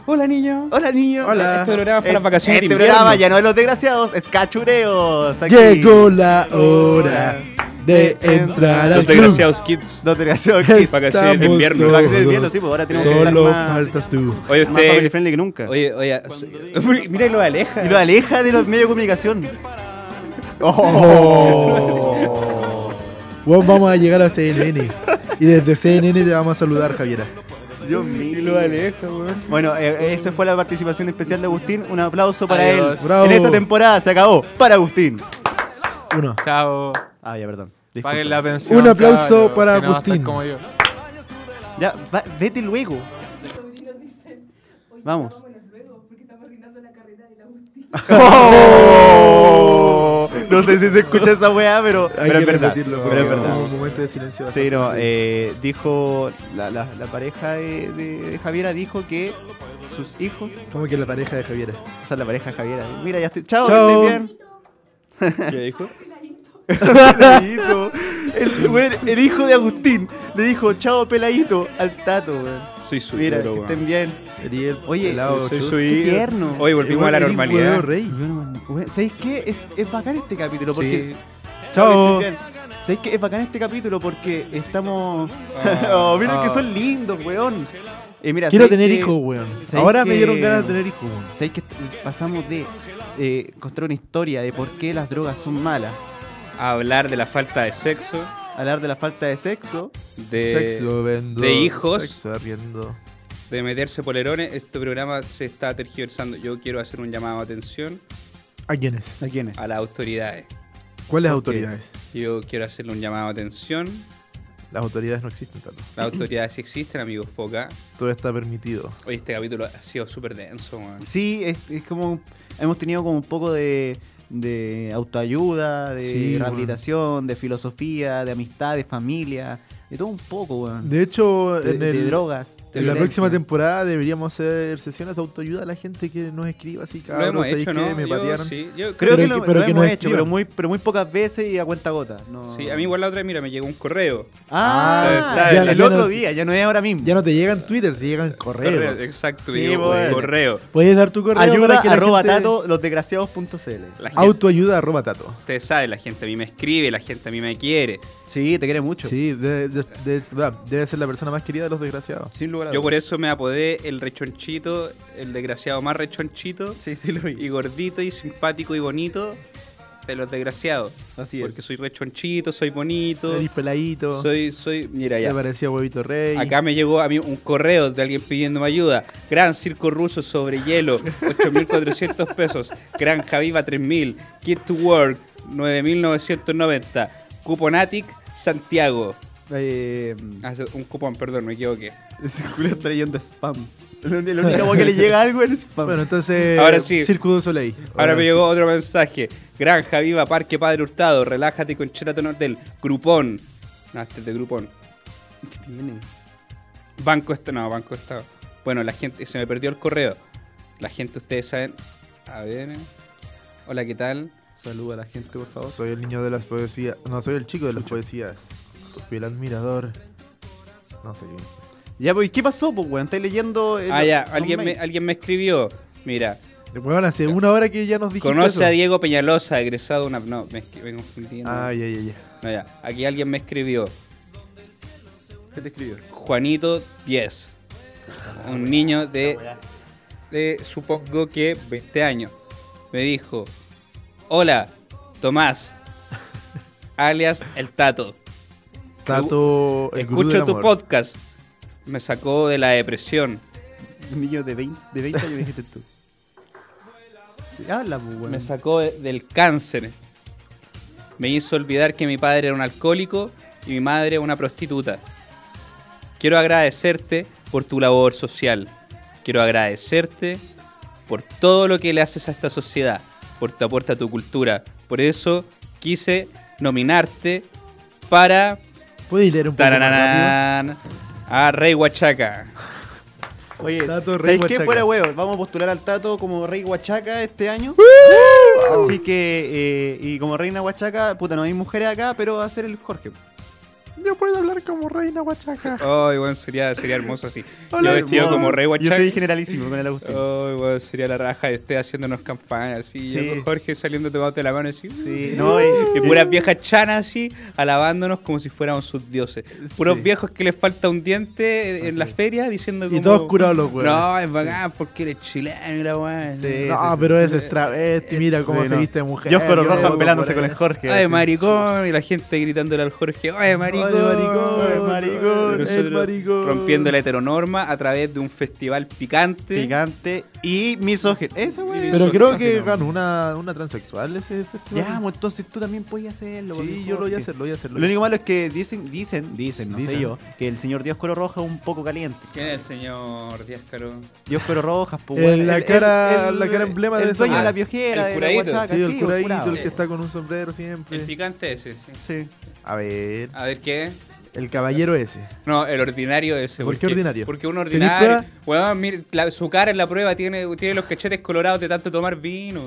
S1: Hola, niño.
S2: hola niño.
S4: Hola.
S1: Este programa es para
S2: Eh,
S1: las vacaciones. de
S2: este
S1: invierno.
S2: programa ya no es los desgraciados, es cachureos. aquí.
S4: Llegó la hora de entrar al
S1: Los
S4: club.
S1: desgraciados kids.
S2: Los desgraciados. Kids.
S1: Vacaciones de
S4: Estamos
S1: invierno.
S4: todos.
S2: Vacaciones de invierno, sí, pues ahora tenemos que estar
S4: Solo
S2: más,
S4: faltas tú.
S1: Oye,
S2: más family
S1: usted.
S2: friendly que nunca.
S1: Oye, oye. [LAUGHS] oye, Mira, y lo aleja.
S2: Y lo aleja de los medios de comunicación.
S4: Oh. [LAUGHS] Bueno, vamos a llegar a CNN. Y desde CNN te vamos a saludar, Javiera.
S2: Dios mío. lo aleja, weón. Bueno, eh, esa fue la participación especial de Agustín. Un aplauso para
S1: Adiós.
S2: él.
S4: Bravo.
S2: En esta temporada se acabó. Para Agustín.
S4: Uno.
S3: Chao.
S2: Ah, ya, perdón. Disculpa.
S3: Paguen la pensión.
S4: Un aplauso
S3: cabros,
S4: para
S3: si no va a estar
S4: Agustín.
S3: como yo.
S2: Ya, va- vete luego.
S5: Los sobrinos dicen, oye,
S2: Vamos.
S5: vámonos luego, porque estamos arruinando la carrera del Agustín.
S2: Oh. No sé si se escucha esa weá, pero,
S4: Hay
S2: pero
S4: que
S2: es verdad.
S4: repetirlo,
S2: Pero es
S4: porque
S2: verdad.
S4: hubo Un momento de silencio.
S2: Sí,
S4: bastante
S2: no,
S4: difícil.
S2: eh, dijo la, la- la pareja de, de- de Javiera dijo que sus hijos,
S4: Como que la pareja de Javiera.
S2: o sea, la pareja de Javiera, mira, ya estoy, chao,
S4: Chao.
S2: estoy bien.
S1: ¿Qué dijo?
S2: [LAUGHS] Peladito. el, weón, el hijo de Agustín le dijo, chao, peladito, al tato, weón.
S1: Soy su
S2: Mira,
S1: ídolo,
S2: que
S4: este
S1: weón.
S2: estén bien.
S4: Sería el
S2: Oye,
S4: pelado
S1: soy
S4: chus.
S1: su
S2: Qué
S1: ídolo.
S2: tierno.
S1: Hoy volvimos a la
S4: Eres un huevo
S1: normalidad.
S4: rey.
S2: Weón, ¿Sabéis qué? Es, es bacán este capítulo, porque... Ah,
S1: Sí.
S4: Chao.
S2: ¿Sabéis qué? Es bacán este capítulo porque estamos...
S1: Ah.
S2: [LAUGHS] oh, miren que
S1: Ah.
S2: son lindos, weón. Eh, mira,
S4: Quiero
S2: ¿sabéis
S4: tener
S2: qué?
S4: hijos, weón.
S2: ¿sabes
S4: Ahora me
S2: que-
S4: dieron ganas de tener hijos, weón.
S2: ¿Sabéis que pasamos de eh, contar una historia de por qué las drogas son malas,
S1: Hablar de la falta de sexo.
S2: hablar de la falta de sexo,
S1: De...
S4: Sexo vendo.
S1: de hijos.
S4: Sexo arriendo.
S1: de meterse polerones, este programa se está tergiversando. Yo quiero hacer un llamado de atención
S4: ¿A quiénes?
S2: ¿a quiénes?
S1: a las autoridades.
S4: ¿Cuáles
S2: ¿Por qué?
S4: autoridades?
S1: Yo quiero hacerle un llamado de atención.
S4: Las autoridades no existen tanto.
S1: Las
S4: [CLEARS THROAT]
S1: autoridades sí existen, amigos Foca.
S4: Todo está permitido.
S1: Hoy este capítulo ha sido súper denso, weón.
S2: Sí, es, es como hemos tenido como un poco de, de autoayuda, de
S4: Sí, weón.
S2: rehabilitación, de filosofía, de amistad, de familia, de todo un poco, weón.
S4: De hecho,
S2: De,
S4: en
S2: de
S4: el,
S2: drogas.
S1: de
S4: en la
S1: violencia.
S4: próxima temporada deberíamos hacer sesiones de autoayuda a la gente que nos escriba así,
S1: Lo
S4: cabrón,
S1: hemos
S4: ¿sabéis
S1: hecho,
S4: qué?
S1: ¿no?
S4: Me
S1: Yo
S4: patearon.
S1: sí, yo creo
S2: Creo
S4: Pero
S2: que,
S4: que-
S2: lo,
S4: pero
S2: lo
S4: que
S2: hemos
S4: no
S2: hecho,
S4: escriban.
S2: pero muy, pero muy pocas veces y a cuenta gota. No.
S1: Sí, a mí igual la otra vez, mira, me llegó un correo.
S2: Ah,
S1: Ah, ¿sabes?
S4: Ya no-
S2: el
S4: ya no-
S2: otro día, ya no es ahora mismo.
S4: Ya no te llegan Twitter, se llegan correos.
S1: exacto,
S2: Sí,
S1: me llegó
S2: bueno.
S1: un correo.
S4: Puedes dar tu correo.
S2: Ayuda
S4: para que la
S2: arroba
S4: gente-
S2: tato losdesgraciados.cl.
S1: La gente,
S4: Autoayuda arroba tato.
S1: ustedes saben, la gente a mí me escribe, la gente a mí me quiere.
S2: Sí, te quiere mucho.
S4: Sí, de- de- de- va, debe ser la persona más querida de los desgraciados.
S2: Sin lugar a
S1: Yo por
S2: dudas.
S1: eso me apodé el rechonchito, el desgraciado más rechonchito,
S2: Sí, sí lo vi.
S1: y gordito y simpático y bonito de los desgraciados.
S2: Así
S1: Porque
S2: es.
S1: soy rechonchito, soy bonito,
S4: Eres peladito.
S1: soy, soy, mira
S4: Te
S1: ya.
S4: parecía huevito rey.
S1: Acá me llegó a mí un correo de alguien pidiéndome ayuda. Gran circo ruso sobre hielo, 8.400 pesos. Gran Javiva, 3.000. Kit to Work, 9.990. Cuponatic, Santiago.
S2: Eh,
S1: Ah, un cupón, perdón, me equivoqué.
S2: [LAUGHS] ese culo está leyendo
S4: [LAUGHS]
S2: spam. La única- la única weá que le llega algo es spam.
S4: Bueno, entonces.
S1: Ahora sí.
S4: Circo du Soleil.
S1: Ahora me
S4: sí.
S1: llegó otro mensaje. Granja Viva, Parque Padre Hurtado, relájate con Sheraton Hotel, Grupón. No, este es de Grupón. ¿Qué tiene? Banco Estado, no, Banco Estado. Bueno, la gente, se me perdió el correo. La gente, ustedes saben. A ver. eh. Hola, ¿qué tal?
S2: Saluda a la gente, por favor.
S4: Soy el niño de las poesías. No, soy el chico de las poesías. Tu fiel admirador. No sé bien.
S2: Ya, pues, ¿y ¿qué pasó, pues, weón? ¿Estáis leyendo?
S4: Eh,
S2: el-
S1: Ah, ya,
S2: los
S1: alguien me,
S2: mails?
S1: alguien me escribió. Mira,
S4: Weón, hace una hora que ya nos dijiste.
S1: conoce
S4: eso.
S1: a Diego Peñalosa, egresado de una. No, me, esqui- me confundí. no.
S4: Ay, ay, ay. ay.
S1: No, ya. Aquí alguien me escribió.
S2: ¿Qué te escribió?
S1: Juanito 10. Un niño de, de supongo que 20 años. Me dijo, hola, Tomás, alias El Tato.
S4: Tato. el gurú
S1: Escucho
S4: del
S1: tu
S4: amor.
S1: podcast. Me sacó de la depresión.
S2: Un niño de 20, de 20 años, dijiste
S4: [LAUGHS]
S2: tú. Sí, Habla, pues, weón.
S1: Me sacó de- del cáncer. Me hizo olvidar que mi padre era un alcohólico y mi madre una prostituta. Quiero agradecerte por tu labor social. Quiero agradecerte por todo lo que le haces a esta sociedad, por tu aporte a tu cultura. Por eso quise nominarte para
S4: ¿Puedes leer un poco más rápido?
S1: tarararán, a Rey Huachaca.
S2: Oye,
S4: Tato, rey
S2: ¿sabéis qué
S4: huachaca.
S2: fuera huevo? Vamos a postular al Tato como rey huachaca este año. Así que, eh, y como reina huachaca, puta, no hay mujeres acá, pero va a ser el Jorge.
S4: Yo puedo hablar como reina huachaca.
S1: [LAUGHS] Ay, bueno, sería, sería hermoso así.
S2: Hola,
S1: Yo vestido
S2: hermoso.
S1: como Rey
S2: Yo
S1: Huachaca. Oh,
S2: soy generalísimo con el Agustín.
S1: Ay, weón, sería la raja de usted haciéndonos campaña así. y
S2: Sí.
S1: yo con Jorge saliendo tomándote la mano así. uh,
S2: Sí, no, y,
S1: Y puras viejas chanas así, alabándonos como si fuéramos sus dioses. Puros
S2: Sí.
S1: viejos que les falta un diente en la feria diciendo
S4: Y
S1: como...
S4: todos curados los huevos.
S1: No, es bacán porque eres chileno y la weón.
S2: Sí.
S4: No, pero ese es travesti, mira cómo
S2: Sí,
S4: se
S2: no.
S4: viste de mujer.
S2: Dios Coro
S4: yo
S2: Rojas
S4: loco
S2: pelándose
S4: por
S2: con el
S4: él.
S2: Jorge.
S1: Ay,
S2: así.
S1: maricón. Y la gente gritándole al Jorge, ¡ay, maricón!
S4: Ay, maricón,
S2: el maricón,
S1: Y
S4: el
S1: nosotros
S4: maricón.
S1: Rompiendo la heteronorma a través de un festival picante.
S2: Gigante y misógino. Esa, weón.
S4: Pero
S1: Eso,
S4: creo
S1: eso
S4: que
S1: no.
S4: ganó una, una transexual ese festival.
S2: Ya, pues, entonces tú también podías hacerlo.
S4: sí,
S2: pues,
S4: yo lo voy a
S2: Jorge.
S4: hacer, lo voy a hacer.
S2: Lo
S4: lo voy a
S2: único malo es que dicen, dicen, dicen, no sé
S4: Dicen.
S2: yo, que el señor Dios Coro Roja es un poco caliente.
S1: ¿Quién es el señor Díaz Caro?
S2: Dios Coro Rojas, pues,
S4: [LAUGHS] En
S2: weón,
S4: la
S2: el-
S4: cara- la cara emblema
S2: el
S4: de esa
S2: dueño de
S1: weá.
S2: la piojera,
S1: El
S2: de la
S1: curadito.
S2: huachaca,
S4: hacer. Sí,
S2: sí,
S4: el
S2: el
S4: curadito,
S2: curado.
S4: el que está con un sombrero
S1: El
S4: siempre.
S1: picante ese, sí.
S2: Sí.
S4: A ver,
S2: Ah.
S1: A ver qué.
S4: el caballero ese.
S1: No, el ordinario ese.
S4: ¿Por qué
S1: porque-
S4: ordinario?
S1: Porque un
S4: ¿Tenéis
S1: ordinario.
S4: prueba?
S1: Weón, mira, la- su cara en la prueba tiene, tiene los cachetes colorados de tanto tomar vino.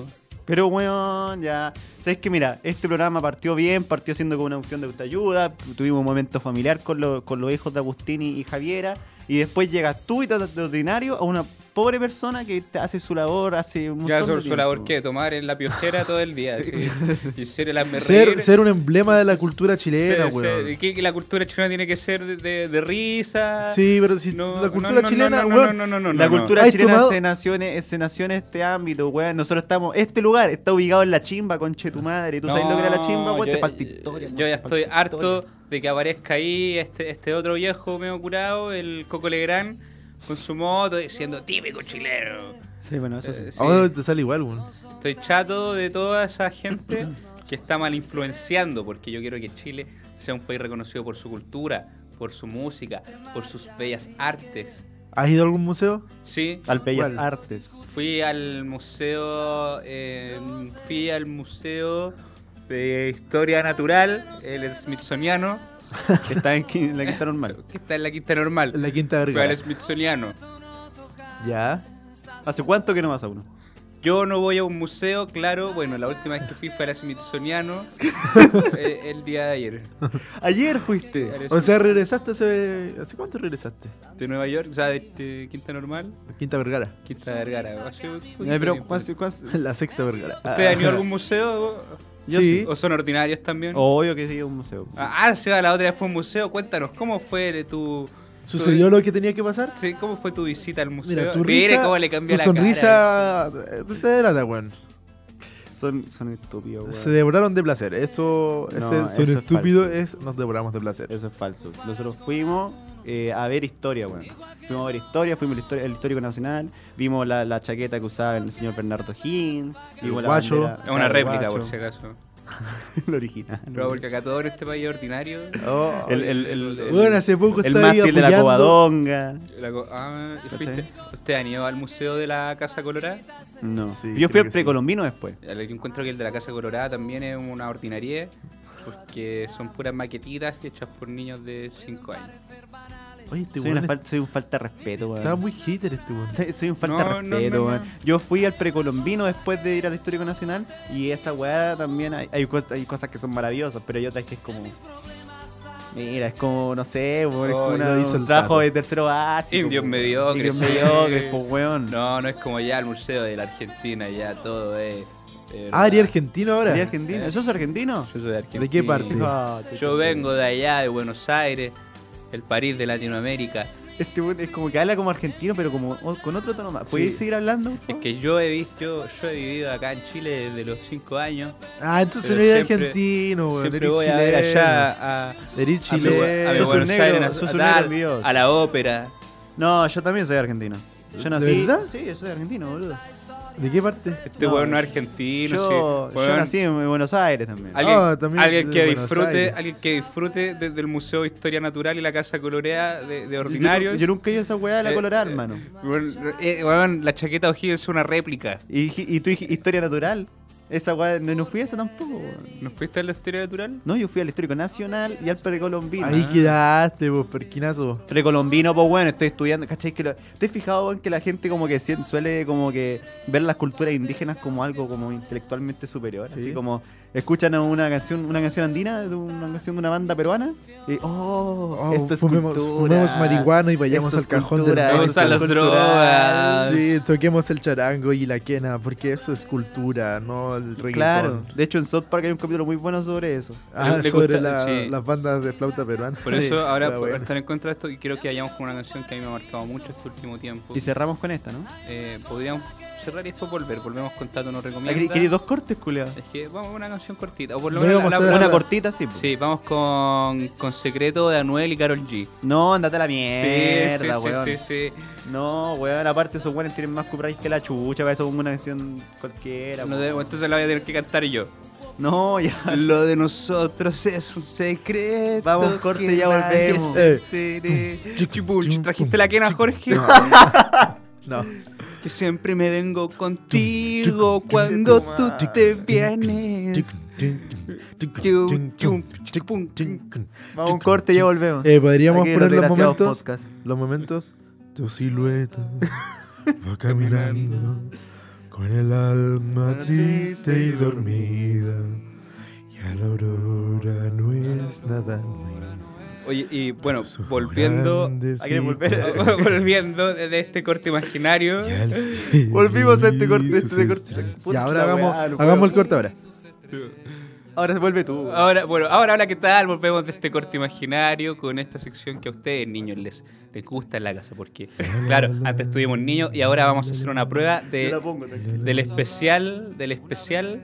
S2: Pero, weón, ya. Sabes que, mira, este programa partió bien, partió siendo como una opción de autoayuda. Tuvimos un momento familiar con, lo- con los hijos de Agustín y, y Javiera. Y después llegas tú y tratas de ordinario a una pobre persona que te hace su labor, hace un montón
S1: Ya
S2: de
S1: sobre su
S2: tiempo.
S1: labor que tomar en la piojera todo el día. sí.
S4: [LAUGHS]
S1: Y ser el
S4: Ser,
S1: reír.
S4: ser un emblema de la cultura
S1: ser-
S4: chilena,
S1: ser- y
S4: weón.
S1: que- que la cultura chilena tiene que ser de, de- de risa.
S4: Sí, pero si
S1: No,
S4: la
S1: no,
S4: cultura
S1: no, no,
S4: chilena,
S1: no, no,
S4: weón.
S1: no, no, no,
S2: La
S1: no, no.
S2: cultura
S4: ¿Has
S2: chilena
S4: tomado?
S2: se, nació en, se nació en este ámbito, weón. Nosotros estamos. Este lugar está ubicado en la chimba, conche tu madre. ¿Tú sabes lo que era la chimba, weón?
S1: yo-
S2: Te falta historia.
S1: Yo
S2: weón,
S1: ya
S2: te falta
S1: estoy
S2: historia.
S1: harto de que aparezca ahí este, este otro viejo medio curado, el Coco Legrand, con su moto, diciendo típico chileno.
S2: Sí, bueno, eso sí.
S1: Eh, sí.
S4: Ahora te sale igual, weón.
S1: Estoy chato de toda esa gente que está mal influenciando, porque yo quiero que Chile sea un país reconocido por su cultura, por su música, por sus bellas artes.
S4: ¿Has ido a algún museo?
S1: Sí,
S2: Al Bellas
S4: ¿Cuál?
S2: Artes.
S1: fui al em, museo, eh, fui al museo de historia natural, el smithsoniano,
S2: que está en qui- la quinta normal.
S1: que está en la quinta normal.
S4: La quinta
S1: Fue
S4: vergara.
S1: al smithsoniano.
S4: Ya.
S2: ¿Hace cuánto que no vas a uno?
S1: Yo no voy a un museo, claro. Bueno, la última vez que fui fue al
S4: [LAUGHS]
S1: smithsoniano eh, el día de ayer.
S2: Ayer fuiste.
S1: Al
S4: O sea, regresaste hace. ¿Hace cuánto regresaste?
S1: de Nueva York, o sea, de, de quinta normal,
S4: La quinta vergara. [LAUGHS]
S1: quinta vergara. Hace un poquito
S2: Eh, pero,
S1: tiempo.
S2: ¿cuál- cuál-
S4: La sexta vergara.
S1: ¿Usted ha ido a
S4: [LAUGHS]
S1: algún museo?
S4: Yo sí.
S1: ¿O son ordinarios también?
S4: Oh.
S2: Obvio que sí, un museo.
S1: Ah, ah, Seba, la otra vez fue a un museo. Cuéntanos, ¿cómo fue de tu.
S4: ¿Sucedió lo que tenía que pasar?
S1: Sí, ¿Cómo fue tu visita al museo?
S4: Mira, tu
S1: Mire
S4: risa,
S1: cómo le cambió
S4: tu
S1: la cara.
S4: sonrisa. eh, Tú te delata, weón.
S2: Son, son estúpidos, weón.
S4: Se devoraron de placer. Eso,
S2: No,
S4: ese
S2: eso
S4: son
S2: es
S4: estúpido
S2: falso.
S4: es nos devoramos de placer.
S2: Eso es falso. Nosotros fuimos eh, a ver historia, weón. Fuimos a ver historia, fuimos al histori- al Histórico Nacional, vimos la, la chaqueta que usaba el señor Bernardo Gin, vimos la
S4: Ah, guacho.
S2: bandera-
S1: Es una
S2: claro,
S1: réplica,
S2: guacho.
S1: por si acaso.
S2: [LAUGHS] El original.
S1: Pero porque acá todo en este país es ordinario.
S4: [LAUGHS] Oh.
S2: El, el, el, el-
S4: Bueno, hace poco
S2: el
S4: estaba ahí
S2: mástil de la
S4: apoyando-
S2: cobadonga.
S1: La co- ah, ¿y
S2: ¿Cachai?
S1: fuiste? ¿Usted han ido al museo de la Casa Colorada?
S2: No.
S4: Sí,
S2: Yo
S4: creo
S2: fui
S4: que
S2: al
S4: sí.
S2: precolombino después.
S1: Yo encuentro que el de la Casa Colorada también es una ordinaria. Porque son puras maquetitas hechas por niños de 5 años.
S4: Oye, este
S2: Soy, una
S4: weón
S2: fal- soy un falta de respeto, weón.
S4: está muy hater este weón.
S2: Soy- Soy un falta
S1: No,
S2: de
S1: no,
S2: respeto,
S1: no,
S2: weón.
S1: no.
S2: Yo fui al precolombino después de ir al Histórico Nacional y esa weá también hay, hay, cos- hay cosas que son maravillosas, pero hay otras que es como. Mira, es como, no sé, weón, es
S1: Oh,
S2: como
S1: lo
S2: una-
S4: hizo el
S2: un trabajo
S4: Tato.
S2: de tercero básico.
S1: Indios
S2: po, weón.
S1: mediocres,
S2: Indios
S1: sí.
S2: mediocres, po, pues, weón.
S1: No, no es como ya el museo de la Argentina, ya todo es. es
S4: Ah, ¿eres
S1: verdad.
S4: argentino ahora?
S2: ¿Y argentino? ¿Yo soy argentino?
S1: Yo soy de Argentina.
S4: ¿De qué parte?
S2: Ah,
S1: Yo vengo de allá, de Buenos Aires, el París de Latinoamérica.
S2: Este weón es como que habla como argentino, pero como o- con otro tono más. ¿Puedes
S4: Sí.
S2: seguir hablando? por
S1: Es
S2: favor?
S1: que yo he visto, yo he vivido acá en Chile desde los 5 años.
S4: Ah, entonces
S1: Pero
S4: no eres
S1: siempre-
S4: argentino, weón.
S1: Siempre
S4: eres
S1: voy a ver
S4: chileno.
S1: allá a,
S4: Eres
S1: a, mi-
S4: chileno.
S1: a mi
S2: Sos un
S1: Buenos
S2: negro,
S1: Aires,
S2: sos un
S1: natal,
S2: negro, Dios.
S1: a la ópera.
S2: No, yo también soy argentino. Yo nací.
S4: verdad?
S2: Sí, yo soy argentino, boludo.
S4: ¿De qué parte?
S1: Este
S2: No,
S1: hueón no es argentino, sí.
S2: yo, yo
S1: Hueón,
S2: nací en Buenos Aires también.
S1: Alguien,
S4: Ah, también
S1: alguien
S4: de
S1: que
S4: Buenos
S1: disfrute,
S4: Aires.
S1: alguien que disfrute desde el Museo de Historia Natural y la Casa Colorea de, de
S2: Yo-
S1: Ordinarios.
S2: Yo, nunca he ido a esa weá de la
S1: Eh,
S2: colorada,
S1: eh,
S2: hermano.
S1: Weón, eh, weón, la chaqueta O'Higgins es una réplica.
S2: Y, dij- y tú dij- historia natural. Esa weá, no, no fui a esa tampoco, weón.
S1: ¿No fuiste a la historia natural?
S2: No, yo fui al histórico nacional y al precolombino.
S4: Ahí quedaste, vos, perquinazo.
S2: Precolombino, pues bueno, estoy estudiando, ¿cachai? Que lo- ¿Te has fijado weón, que la gente como que sien- suele como que ver las culturas indígenas como algo como intelectualmente superior? Así
S4: Sí.
S2: como escuchan a una canción, una canción andina, de una canción de una banda peruana, y oh,
S4: Oh,
S2: esto es
S4: fumemos,
S2: cultura.
S4: fumemos marihuana y vayamos
S2: Esto
S4: al
S2: es
S4: cajón del
S2: cultura,
S1: Vamos
S2: esto
S1: a
S2: es
S1: las
S2: cultural.
S1: drogas.
S4: Sí, toquemos el charango y la quena, porque eso es cultura, no el reggaetón.
S2: Claro, de hecho en South Park hay un capítulo muy bueno sobre eso.
S4: Ah,
S1: Le- le
S4: sobre
S1: gusta-
S4: la-
S1: sí.
S4: las bandas de flauta peruana.
S1: Por
S4: Sí,
S1: eso ahora
S4: la
S1: por
S4: wea.
S1: estar en contra de esto y creo que hayamos con una canción que a mí me ha marcado mucho este último tiempo.
S2: Y cerramos con esta, ¿no?
S1: Eh, podríamos cerrar y después volver. Volvemos con Tato nos recomienda.
S2: ¿Queréis dos cortes, culiao?
S1: Es que vamos a una canción cortita. O por lo
S4: No
S1: menos
S4: íbamos
S1: la- la-
S4: a mostrar
S1: la-
S2: Una
S4: ahora.
S2: cortita, sí. po.
S1: Sí, vamos con, con Secreto de Anuel y Carol G.
S2: No, andate a la
S1: Sí, sí,
S2: mierda,
S1: sí,
S2: weón.
S1: sí, sí.
S2: No, weón, aparte esos weones tienen más copyright que la chucha, para eso pongo una canción cualquiera.
S1: No
S2: po.
S1: debo- entonces la voy a tener que cantar yo.
S2: No,
S4: [LAUGHS]
S2: ya.
S1: [LAUGHS] Lo de nosotros es un secreto.
S2: Vamos, corte, que ya nadie volvemos.
S4: se
S1: Trajiste la quena, Jorge.
S4: No,
S1: [LAUGHS] Yo siempre me vengo contigo cuando tú te vienes. Chum, chum, chum, chum.
S2: Vamos a un corte y ya volvemos.
S4: Eh, podríamos
S2: Aquí en
S4: poner los
S2: Desgraciados
S4: momentos.
S2: Podcast.
S4: Los momentos.
S2: [LAUGHS]
S4: Tu silueta va caminando con el alma triste y dormida. Y a la aurora no es nada nuevo.
S1: Oye, y bueno,
S4: Tus ojos
S1: volviendo.
S4: grandes
S2: ¿a qué
S4: y
S2: volver?
S1: [LAUGHS] volviendo de este corte imaginario.
S4: Y al
S2: [LAUGHS]
S4: cielo
S2: Volvimos a este corte,
S4: sus
S2: este corte.
S4: estrellas.
S2: Puta
S4: Ya, ahora
S2: la
S4: hagamos,
S2: weá, no puedo.
S4: hagamos el corte ahora.
S2: Ahora vuelve tú.
S4: Ah,
S2: weón.
S1: Ahora, bueno, ahora hola, ¿qué tal? Volvemos de este corte imaginario con esta sección que a ustedes, niños, les, les gusta en la casa. Porque, claro, antes tuvimos niños y ahora vamos a hacer una prueba
S2: Yo
S1: de,
S2: la pongo, tranquilo.
S1: del especial, del especial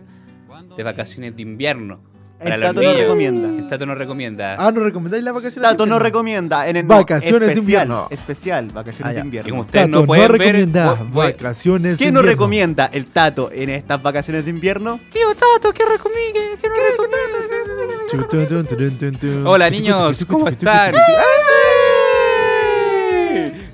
S1: de vacaciones de invierno. Para
S2: El
S1: los
S2: Tato no
S1: niños.
S2: recomienda.
S4: Mm.
S1: El Tato no recomienda.
S4: Ah, ¿nos recomendáis la vacación?
S2: Tato no recomienda en el no,
S4: Vacaciones de
S2: especial,
S4: invierno.
S2: Especial, vacaciones
S4: Ah, ya.
S2: de
S1: Y como
S2: invierno.
S1: ustedes
S4: Tato,
S1: no
S4: no,
S1: pueden ver,
S4: recomienda
S1: voy- voy-
S4: vacaciones.
S2: ¿Qué
S4: de
S2: nos
S4: invierno.
S2: recomienda el Tato en estas vacaciones de invierno?
S1: Tío Tato, ¿qué recomienda? ¿Qué recomienda? Hola niños, ¿cómo están?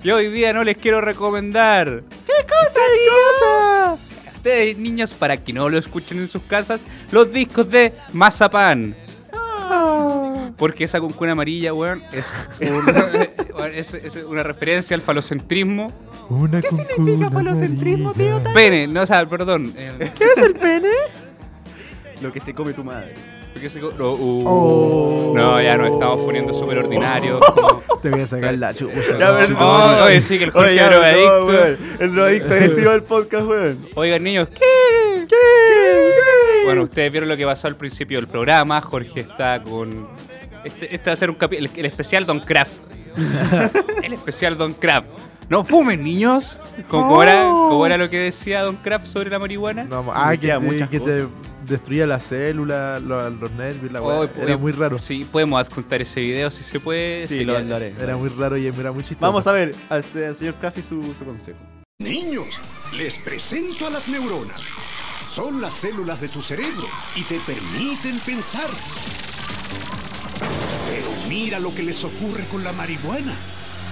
S1: Yo hoy día no les quiero recomendar. ¿Qué cosa, ustedes, niños, para que no lo escuchen en sus casas, los discos de Mazapán.
S2: Ah.
S1: Porque esa cuncuna amarilla, weón, es, un- es- es una [LAUGHS] referencia al falocentrismo.
S3: ¿Qué significa falocentrismo, tío?
S1: Pene, no, o sea, perdón. eh,
S2: Lo que se come
S3: [LAUGHS]
S2: tu madre.
S1: porque ese co- no, uh,
S2: Oh.
S1: no, ya nos estamos poniendo súper
S2: [LAUGHS]
S1: ordinarios.
S4: Te voy a sacar la chupa.
S1: Ya,
S4: No,
S1: perdón. Oh, oye, sí, que el Jorge
S2: Oye, ya,
S1: era
S2: perdón,
S1: adicto.
S2: weón. El drogadicto agresivo al podcast, weón.
S1: Oigan, niños, ¿qué? Bueno, ustedes vieron lo que pasó al principio del programa. Jorge está con. Este, este va a ser un capi- el, el especial Don Kraft. el especial Don Kraft. No fumen, niños. Como, como era, como era lo que decía Don Kraft sobre la
S2: [LAUGHS]
S1: marihuana.
S4: No, ah, que,
S2: Decía
S4: te-
S2: muchas
S4: que te destruía las células, lo- los nervios, la weá.
S1: Oh,
S4: Era
S1: oye,
S4: muy raro.
S1: Sí, podemos adjuntar ese video si se puede.
S2: Sí,
S1: Sería-
S2: lo, lo haré.
S4: Era muy raro y era muy chistoso.
S2: Vamos a ver al, se- al señor Craft y su, su consejo.
S6: Niños, les presento a las neuronas. Son las células de tu cerebro y te permiten pensar. Pero mira lo que les ocurre con la marihuana.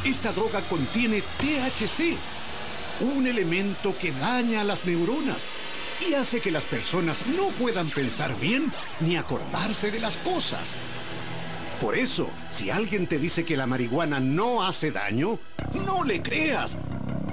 S6: Esta droga contiene THC, un elemento que daña a las neuronas y hace que las personas no puedan pensar bien ni acordarse de las cosas. Por eso, si alguien te dice que la marihuana no hace daño, no le creas.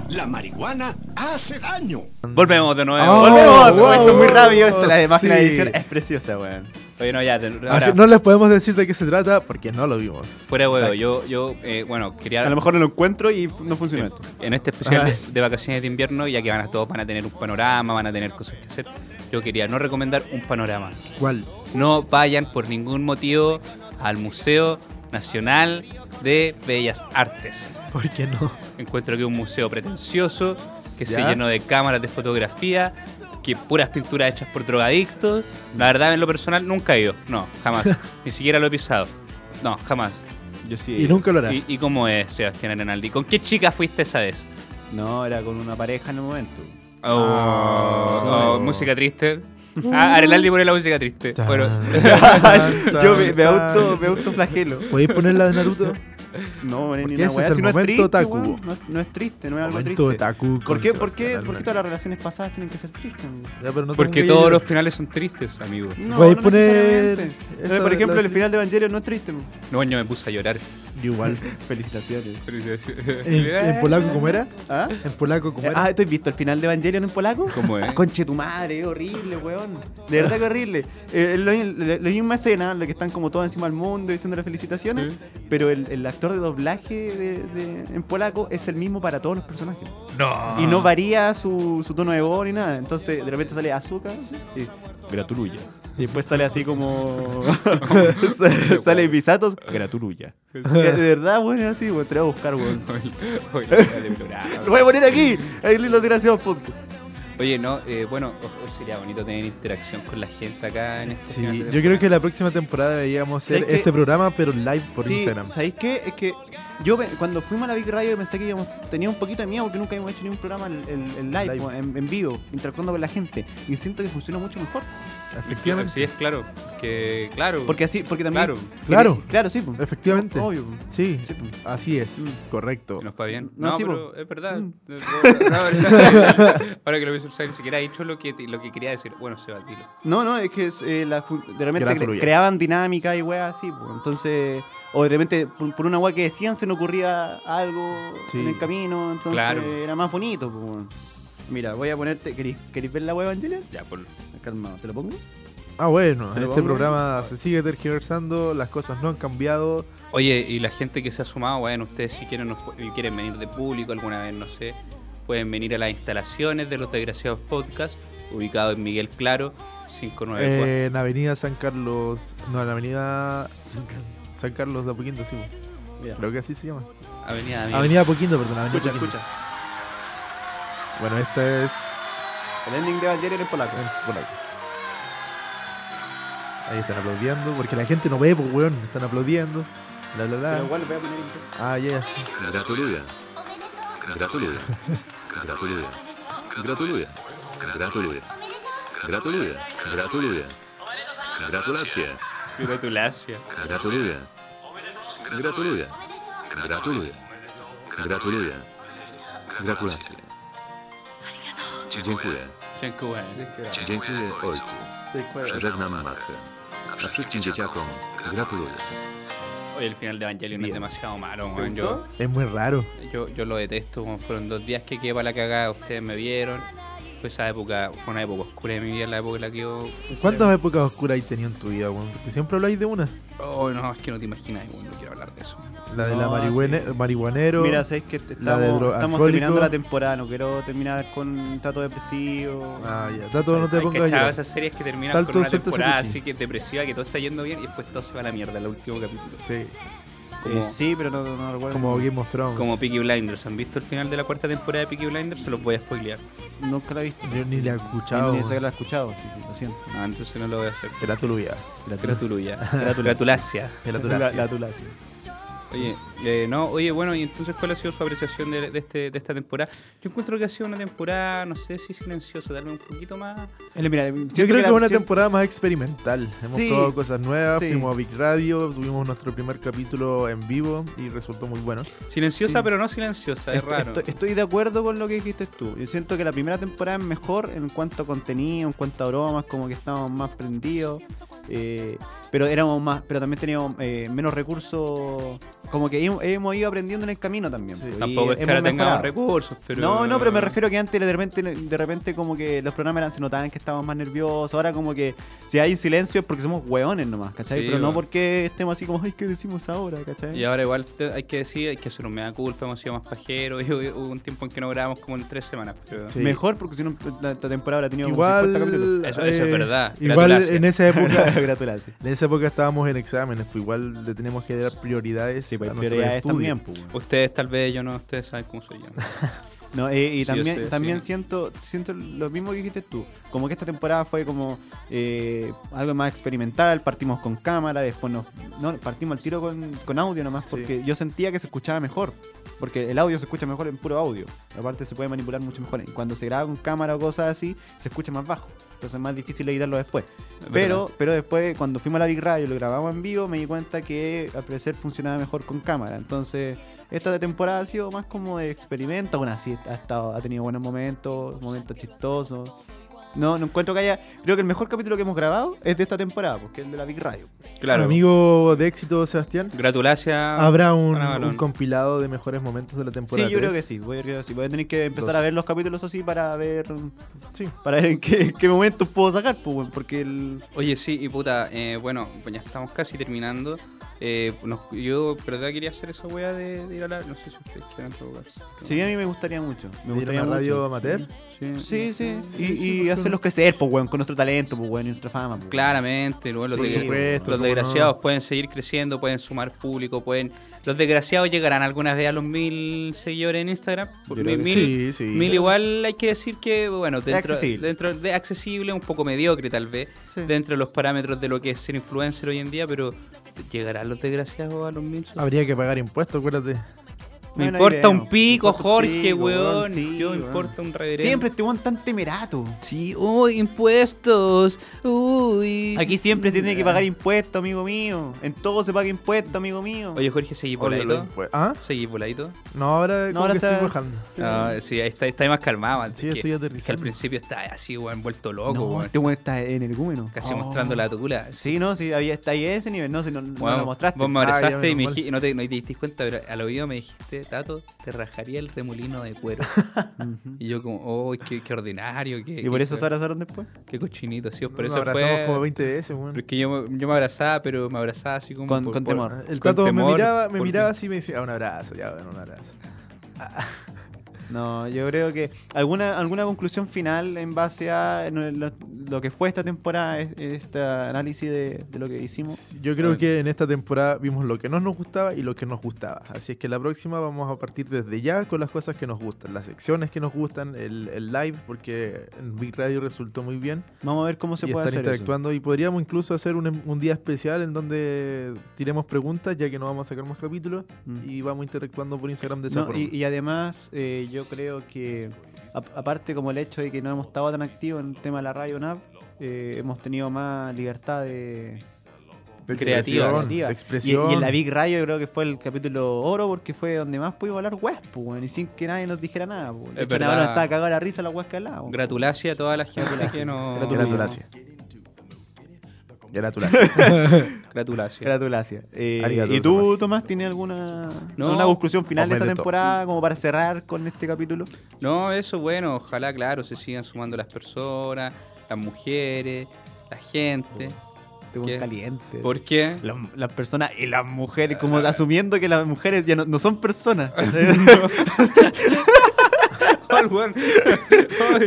S6: La marihuana hace daño.
S1: Volvemos de nuevo.
S4: Oh,
S2: ¡Volvemos!
S4: wow,
S2: esto es muy rápido. Esta, la
S4: sí.
S2: imagen de edición es preciosa, weón.
S1: Oye, no, ya. de-
S4: Así-
S1: ahora,
S4: no les podemos decir de qué se trata porque no lo vimos.
S1: Fuera de huevo. Yo, yo eh, bueno, quería.
S2: A lo mejor no lo encuentro y no funciona esto.
S1: En este especial de, de vacaciones de invierno, ya que van a todos van a tener un panorama, van a tener cosas que hacer, yo quería no recomendar un panorama.
S4: ¿Cuál?
S1: No vayan por ningún motivo al Museo Nacional de Bellas Artes.
S4: ¿Por qué no?
S1: Encuentro que es un museo pretencioso, que se
S4: Ya.
S1: llenó de cámaras de fotografía, que puras pinturas hechas por drogadictos. La verdad, en lo personal, nunca he ido. No, jamás. Ni siquiera lo he pisado. No, jamás.
S2: Yo sí.
S4: Y nunca lo harás.
S1: ¿Y, y cómo es, Sebastián Arenaldi? ¿Con qué chica fuiste esa vez?
S2: No, era con una pareja en el momento.
S1: Oh, oh, música triste. Ah, Arelaldi pone la música triste.
S4: Tan,
S1: Bueno,
S4: tan,
S2: [LAUGHS] Yo me, me
S4: Ah, tan.
S2: auto, me autoflagelo.
S4: ¿Podéis poner la
S1: [LAUGHS]
S4: de Naruto?
S2: No, ni
S4: Porque
S2: una
S4: ese
S2: weá.
S4: es el
S2: Si no es
S4: momento
S2: triste,
S4: otaku.
S2: weón. No, es- no es triste, no es algo
S4: Momento
S2: triste.
S4: otaku con
S2: ¿Por qué, por,
S4: Sebastián
S2: qué,
S4: Arenal.
S2: ¿Por qué todas las relaciones pasadas tienen que ser tristes? weón?
S4: Ya, pero no
S1: porque
S4: tengo que
S1: todos los
S4: ir.
S1: finales son tristes, amigo.
S2: No,
S4: Voy a
S2: no
S4: poner
S2: necesariamente.
S4: esa
S2: Eh, Por
S4: de
S2: ejemplo,
S4: la-
S2: el final de Evangelion no es triste. weón.
S1: No, yo me puse a llorar. [LAUGHS]
S4: Yo Igual.
S2: Felicitaciones.
S4: ¿En, en polaco cómo era?
S2: ¿Ah?
S4: ¿En polaco cómo era?
S2: Ah, ¿tú has visto el final de Evangelion en polaco? Ah,
S1: ¿Cómo es?
S2: Conche tu madre, es horrible, weón. De verdad que horrible. Eh, lo- lo- la misma escena, en la que están como todos encima del mundo diciendo las felicitaciones,
S1: Sí.
S2: pero el, el actor de doblaje de, de- en polaco es el mismo para todos los personajes.
S1: No.
S2: Y no varía su, su tono de voz ni nada. Entonces, de repente sale azúcar y graturuya. Y después sale así como. [LAUGHS] sale- sale Bisatos, graturuya. De verdad, weón, es así, weón. Te lo voy a buscar, weón. [LAUGHS] Lo voy a poner aquí. El hilo de gracias, podcast.
S1: Oye, no, eh, bueno, o- o sería bonito tener interacción con la gente acá en este
S4: Sí,
S1: final de
S4: yo
S1: temporada.
S4: creo que la próxima temporada deberíamos hacer
S2: ¿Sabes qué?
S4: este programa, pero live por
S2: sí,
S4: Instagram.
S2: ¿Sabéis qué? Es que yo pe- cuando fuimos a la Big Radio pensé que íbamos, tenía un poquito de miedo porque nunca habíamos hecho ningún programa en, en- en live,
S4: Live.
S2: como en, en vivo, interactuando con la gente. Y siento que funciona mucho mejor.
S4: Efectivamente.
S1: Sí, es claro. Que, claro.
S2: Porque así, porque también.
S1: Claro.
S4: Claro.
S2: Claro, sí. po.
S4: Efectivamente.
S2: Obvio. po.
S4: Sí,
S2: Sí, po.
S4: así es.
S2: Mm.
S4: Correcto.
S1: que nos va bien.
S2: No,
S1: No,
S2: sí,
S1: pero
S2: po.
S1: es verdad.
S2: Mm.
S1: No, no, no, Ahora que lo pienso, o sea, ni siquiera ha dicho lo que, lo que quería decir. Bueno, se dilo.
S2: No, no, es que es, eh, la fu- de repente cre-
S4: Graturulla.
S2: creaban dinámica y weas así, po. Entonces. O de repente, por, por una wea que decían, se nos ocurría algo
S4: Sí.
S2: en el camino. Entonces
S1: Claro.
S2: era más bonito, po. Mira, voy a ponerte. ¿Querís, querís ver la wea, Evangelia?
S1: Ya, por...
S2: Calmado, ¿te lo pongo?
S4: Ah, bueno,
S2: ¿Te
S4: en
S2: lo
S4: este
S2: pongo?
S4: programa se sigue tergiversando, las cosas no han cambiado.
S1: Oye, y la gente que se ha sumado, bueno, ustedes si quieren, nos pu- y quieren venir de público alguna vez, no sé, pueden venir a las instalaciones de los desgraciados podcast, ubicado en Miguel Claro, 594.
S4: Eh, en Avenida San Carlos. No, en la Avenida. San Carlos de Apoquindo, sí.
S2: Mira.
S4: Creo que así se llama.
S1: Avenida Daniel.
S4: Avenida Apoquindo, perdón. Avenida
S2: Escucha,
S4: Apoquindo.
S2: escucha.
S4: Bueno, esta es.
S2: El ending de Evangelion en polaco.
S4: en polaco. Ahí están aplaudiendo, porque la gente no ve, pues, weón. Están aplaudiendo. Bla, bla,
S2: Pero
S4: bla.
S2: igual voy a poner inglés.
S4: Ah, ya.
S7: Gratuluję. Gratuluję. Gratuluję. Gratuluję. Gratuluję. Gratuluję. Gratuluję. Gratulacje.
S1: Gratulacia.
S7: Gratuluję. Gratuluję. Gratuluję. Gratuluję. Gratulacje. Dziękuję.
S1: Dziękuję.
S7: Dziękuję ojcu. Żegnam matkę. A wszystkim dzieciakom gratuluję.
S1: Oye, el final de Evangelion es demasiado malo, weón. Yo,
S4: Es muy raro.
S1: yo, yo lo detesto, weón. Fueron dos días que quedé para la cagada, ustedes me vieron. Fue esa época, fue una época oscura de mi vida, la época en la que yo.
S4: ¿Cuántas épocas oscuras hay tenido en tu vida, weón? Porque siempre habláis de una.
S1: Oh, no, es que no te imaginas, weón, no quiero hablar de eso.
S4: La de la
S2: No,
S4: marihuene- marihuanero.
S2: Mira, sabéis que te-
S4: la de
S2: estamos, estamos
S4: dro- alcohólico.
S2: terminando la temporada, no quiero terminar con un trato depresivo.
S4: Ah, ya. Dato, no te
S1: Hay
S4: pongas a
S1: cachado
S4: llorar.
S1: esas series que terminan
S4: Tal
S1: con
S4: tu
S1: una
S4: suerte,
S1: temporada
S4: Sakuchi.
S1: así que es depresiva, que todo está yendo bien y después todo se va a la mierda en el último capítulo.
S4: Sí,
S1: Como,
S2: Eh, sí, pero no, no recuerdo.
S4: como Game of Thrones.
S1: como Peaky Blinders. ¿Han visto el final de la cuarta temporada de Peaky Blinders? Se los voy a spoilear.
S2: Nunca la he visto.
S4: Yo ni la he escuchado.
S2: Ni ni sé que
S4: weón.
S2: la he escuchado, sí, sí, lo siento.
S1: No, entonces no lo voy a hacer.
S4: Era tu vida.
S2: [LAUGHS]
S1: Gratuluya. Gratulacia.
S4: Era tu
S2: La,
S4: gracia.
S2: la tulacia.
S1: Oye, eh, no, oye, bueno, y entonces, ¿cuál ha sido su apreciación de, de este, de esta temporada? Yo encuentro que ha sido una temporada, no sé si silenciosa, tal vez un poquito más.
S2: Eh, mira,
S4: Yo creo que es
S2: la-
S4: una
S2: siento-
S4: temporada más experimental. Hemos
S2: Sí.
S4: probado cosas nuevas,
S2: Sí.
S4: fuimos a Big Radio, tuvimos nuestro primer capítulo en vivo y resultó muy bueno.
S1: Silenciosa,
S2: Sí.
S1: pero no silenciosa, es
S2: Est-
S1: raro.
S2: estoy- estoy de acuerdo con lo que dijiste tú. Yo siento que la primera temporada es mejor en cuanto a contenido, en cuanto a bromas, como que estábamos más prendidos. eh, pero éramos más, pero también teníamos eh, menos recursos. Como que hemos, hemos ido aprendiendo en el camino también.
S4: Sí.
S2: pues, y
S1: Tampoco es que
S2: hemos
S1: ahora
S2: mejorado.
S1: tengamos recursos, pero.
S2: No, no, pero me refiero que antes de repente, de repente como que los programas eran- se notaban que estábamos más nerviosos. Ahora como que si hay silencio es porque somos hueones nomás, ¿cachai?
S1: Sí,
S2: pero no
S1: weón.
S2: porque estemos así como, ay, ¿qué decimos ahora, cachai?
S1: Y ahora igual te- hay que decir, hay que hacer un mea culpa, hemos sido más pajeros, [LAUGHS] y hubo un tiempo en que no grabamos como en tres semanas, pero...
S4: Sí.
S2: Mejor porque si no, la, la temporada la tenía como 50 capítulos.
S4: Igual. eh,
S1: Eso- eso es verdad.
S4: Igual
S1: Gratulacia.
S4: en esa
S2: [LAUGHS]
S4: época.
S2: Gratulancia.
S4: En esa época estábamos en exámenes, pues igual le tenemos que dar prioridades
S2: Sí, pues
S4: a nuestro
S2: prioridades
S4: estudio.
S2: también, pues, weón.
S1: Ustedes tal vez, yo no, ustedes saben cómo soy yo.
S2: No, eh, y
S1: Sí,
S2: también,
S1: yo sé,
S2: también
S1: sí.
S2: siento siento lo mismo que dijiste tú. Como que esta temporada fue como eh, algo más experimental. Partimos con cámara, después nos. No, partimos al tiro con, con audio nomás, porque yo sentía que se escuchaba mejor. Porque el audio se escucha mejor en puro audio. Aparte, se puede manipular mucho mejor. Y Cuando se graba con cámara o cosas así, se escucha más bajo. Entonces es más difícil editarlo después. Pero, pero después, cuando fuimos a la Big Radio y lo grabamos en vivo, me di cuenta que al parecer funcionaba mejor con cámara. Entonces, esta temporada ha sido más como de experimento. Bueno, sí, ha, estado, ha tenido buenos momentos, momentos chistosos. No, no encuentro que haya. Creo que el mejor capítulo que hemos grabado es de esta temporada, porque es el de la Big Radio.
S1: Claro, Ah,
S4: Amigo de éxito, Sebastián.
S1: Gratulacia.
S4: Habrá un,
S1: Ana Balón.
S4: un compilado de mejores momentos de la temporada.
S2: Sí, yo creo que
S4: tres?
S2: sí. Voy a, creo que sí. voy a tener que empezar
S4: Dos.
S2: a ver los capítulos así para ver
S4: Sí.
S2: para ver en qué, qué momentos puedo sacar, pues, bueno, porque el.
S1: Oye, sí, y puta, eh, bueno, pues ya estamos casi terminando. Eh, nos- yo, en verdad, quería hacer esa wea de, de ir a la... No sé si ustedes quieren probar.
S2: Sí, a mí me gustaría mucho. Me
S4: ¿Ir a
S2: gustaría
S4: una
S2: mucho.
S4: radio amateur.
S2: Sí, sí.
S4: Sí,
S2: Y,
S4: sí,
S2: y
S4: ¿por qué no?
S2: hacerlos crecer, pues, weón, con nuestro talento, pues, weón, y nuestra fama. pues, weón.
S1: Claramente, luego los,
S2: Por
S1: de-
S4: supuesto,
S1: los
S4: cómo
S1: desgraciados
S4: no.
S1: pueden seguir creciendo, pueden sumar público, pueden... Los desgraciados llegarán alguna vez a los mil seguidores en Instagram.
S2: creo
S1: Mil,
S2: que
S1: mil-
S4: sí, sí.
S1: mil igual hay que decir que, bueno, dentro,
S2: accesible.
S1: dentro de accesible, un poco mediocre tal vez,
S2: Sí.
S1: dentro de los parámetros de lo que es ser influencer hoy en día, pero llegarán los desgraciados a los mil.
S4: Habría que pagar impuestos, acuérdate.
S1: Me
S2: Ah, Bueno, ahí
S1: importa un
S2: veremos.
S1: pico,
S2: Me importa un
S1: Jorge,
S2: pico,
S1: weón.
S2: weón, sí,
S1: yo me
S2: weón.
S1: importa un reverendo.
S2: Siempre este weón tan temerato.
S1: Sí, uy, impuestos. Uy.
S2: Aquí siempre se tiene que pagar impuestos, amigo mío. En todo se paga impuesto, amigo mío.
S1: Oye, Jorge, seguí
S4: Los
S1: voladito.
S4: impuestos. ¿Ah?
S1: Seguí voladito.
S4: No, ahora, como
S2: ahora
S4: que estoy
S2: estás-
S4: bajando.
S1: Ah, sí, ahí está, está más calmado. antes
S4: Sí,
S1: que-
S4: estoy
S1: que, al
S4: aterrizando.
S1: principio está así, weón, vuelto loco,
S2: no,
S1: weón.
S2: este weón está en el gúmeno.
S1: Casi
S2: Oh.
S1: mostrando la tula.
S2: Sí, no, sí, había, está ahí a ese nivel. No, si no, no
S1: Weón,
S2: lo mostraste.
S1: Vos me
S4: Ah, ya,
S1: abrazaste y
S4: menos
S1: me
S4: mal.
S1: dijiste, no te, no te diste cuenta, pero al oído me dijiste, Tato, te rajaría el remolino de
S4: [LAUGHS]
S1: cuero.
S2: Ah, Ujú.
S1: y yo como, oh, qué, qué ordinario, qué,
S2: Y por
S1: qué-
S2: eso se abrazaron después.
S1: qué cochinito, sí, por
S4: Nos
S1: eso
S4: abrazamos
S1: fue...
S4: como 20 veces, weón.
S1: Porque yo, me- yo me abrazaba, pero me abrazaba así como.
S2: Con- con temor.
S4: Ah, El
S1: con
S4: Tato me
S1: temor,
S4: miraba, me
S1: porque-
S4: miraba así y me decía, ah, un abrazo, ya, bueno, un abrazo.
S2: No, yo creo que alguna alguna conclusión final en base a no, lo, lo que fue esta temporada, es- este análisis de, de lo que hicimos.
S4: Yo creo
S1: Bueno.
S4: que en esta temporada vimos lo que no nos gustaba y lo que nos gustaba. Así es que la próxima vamos a partir desde ya con las cosas que nos gustan, las secciones que nos gustan, el, el live, porque en Big Radio resultó muy bien.
S2: Vamos a ver cómo se
S4: y
S2: puede
S4: están
S2: hacer. eso.
S4: interactuando. Y podríamos incluso hacer un, un día especial en donde tiremos preguntas, ya que no vamos a sacar más capítulos,
S2: Mm.
S4: y vamos interactuando por Instagram de esa
S2: No,
S4: forma.
S2: y, y además, eh, yo creo que, a- aparte como el hecho de que no hemos estado tan activos en el tema de la radio NAV, eh, hemos tenido más libertad de,
S4: De
S1: Creativa.
S4: expresión,
S2: Creativa.
S4: de
S2: Y,
S4: expresión.
S2: y en la Big Radio yo creo que fue el capítulo oro porque fue donde más pudimos hablar weas, pues, weón, y sin que nadie nos dijera nada, pues. De
S1: Es
S2: hecho,
S1: verdad.
S2: Navarro estaba cagado la risa la weas que hablaba. weón.
S1: Gratulacia a toda la gente que no...
S4: Gratulacia.
S1: Gratulacia.
S2: Gratulacia. Eh,
S4: Arigato,
S2: ¿Y tú,
S4: Tomás.
S2: Tomás, tienes alguna,
S1: No.
S2: alguna conclusión final de esta
S4: Omeleto.
S2: temporada como para cerrar con este capítulo?
S1: No, eso bueno, ojalá, claro, se sigan sumando las personas, las mujeres, la gente.
S2: Estuvo
S1: ¿Qué?
S2: caliente.
S1: ¿Por
S4: [LAUGHS]
S1: qué?
S2: Las las personas y las mujeres, como
S4: Ah.
S2: asumiendo que las mujeres ya no, no son
S4: [LAUGHS]
S2: personas.
S1: Oh, el weón.
S2: Las
S1: No,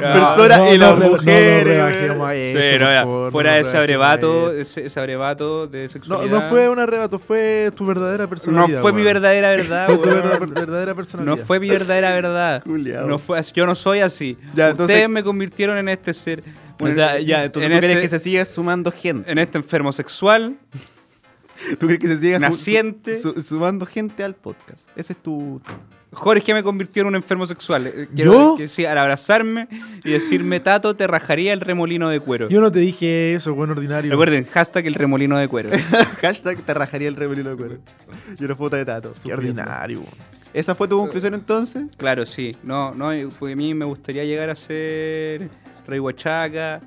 S2: personas y las
S4: re-
S2: mujeres.
S4: no rebajemos a
S1: Sí,
S4: esto,
S1: no,
S4: por
S1: ya,
S4: favor,
S1: fuera
S4: no
S1: de ese
S4: rebajemos a
S1: abrevato,
S4: esto.
S1: ese, ese abrevato de
S4: No,
S1: sexualidad.
S4: no fue un arrebato, fue tu verdadera
S1: No
S4: personalidad.
S1: fue mi
S4: weón. [LAUGHS]
S1: verdadera verdad,
S4: Fue tu
S1: weón.
S4: verda- verdadera personalidad.
S1: No fue mi verdadera
S4: [LAUGHS]
S1: verdad.
S2: Culeado.
S1: No fue, así- yo no soy así. Ustedes
S2: Ya, entonces-
S1: me convirtieron en este ser.
S2: O sea, ya, entonces tú
S1: en
S2: crees
S1: este-
S2: que se sigue sumando gente.
S1: en este enfermo sexual.
S2: ¿Tú crees que se siga ju-
S1: Naciente.
S2: su- sumando gente al podcast? Ese es tu.
S1: Jorge me convirtió en un enfermo sexual. Eh, Quiero
S4: ¿Yo?
S1: que sí, al abrazarme y decirme, Tato, te rajaría el remolino de cuero.
S4: Yo no te dije eso, buen ordinario.
S1: Recuerden, hashtag el remolino de cuero. [LAUGHS]
S2: Hashtag te rajaría el rebelino de cuero. Y una foto de tato.
S4: Qué
S2: sufriendo.
S4: ordinario. weón.
S2: ¿Esa fue tu conclusión entonces?
S1: claro, sí. No, no, eh, porque a mí me gustaría llegar a ser Rey Huachaca.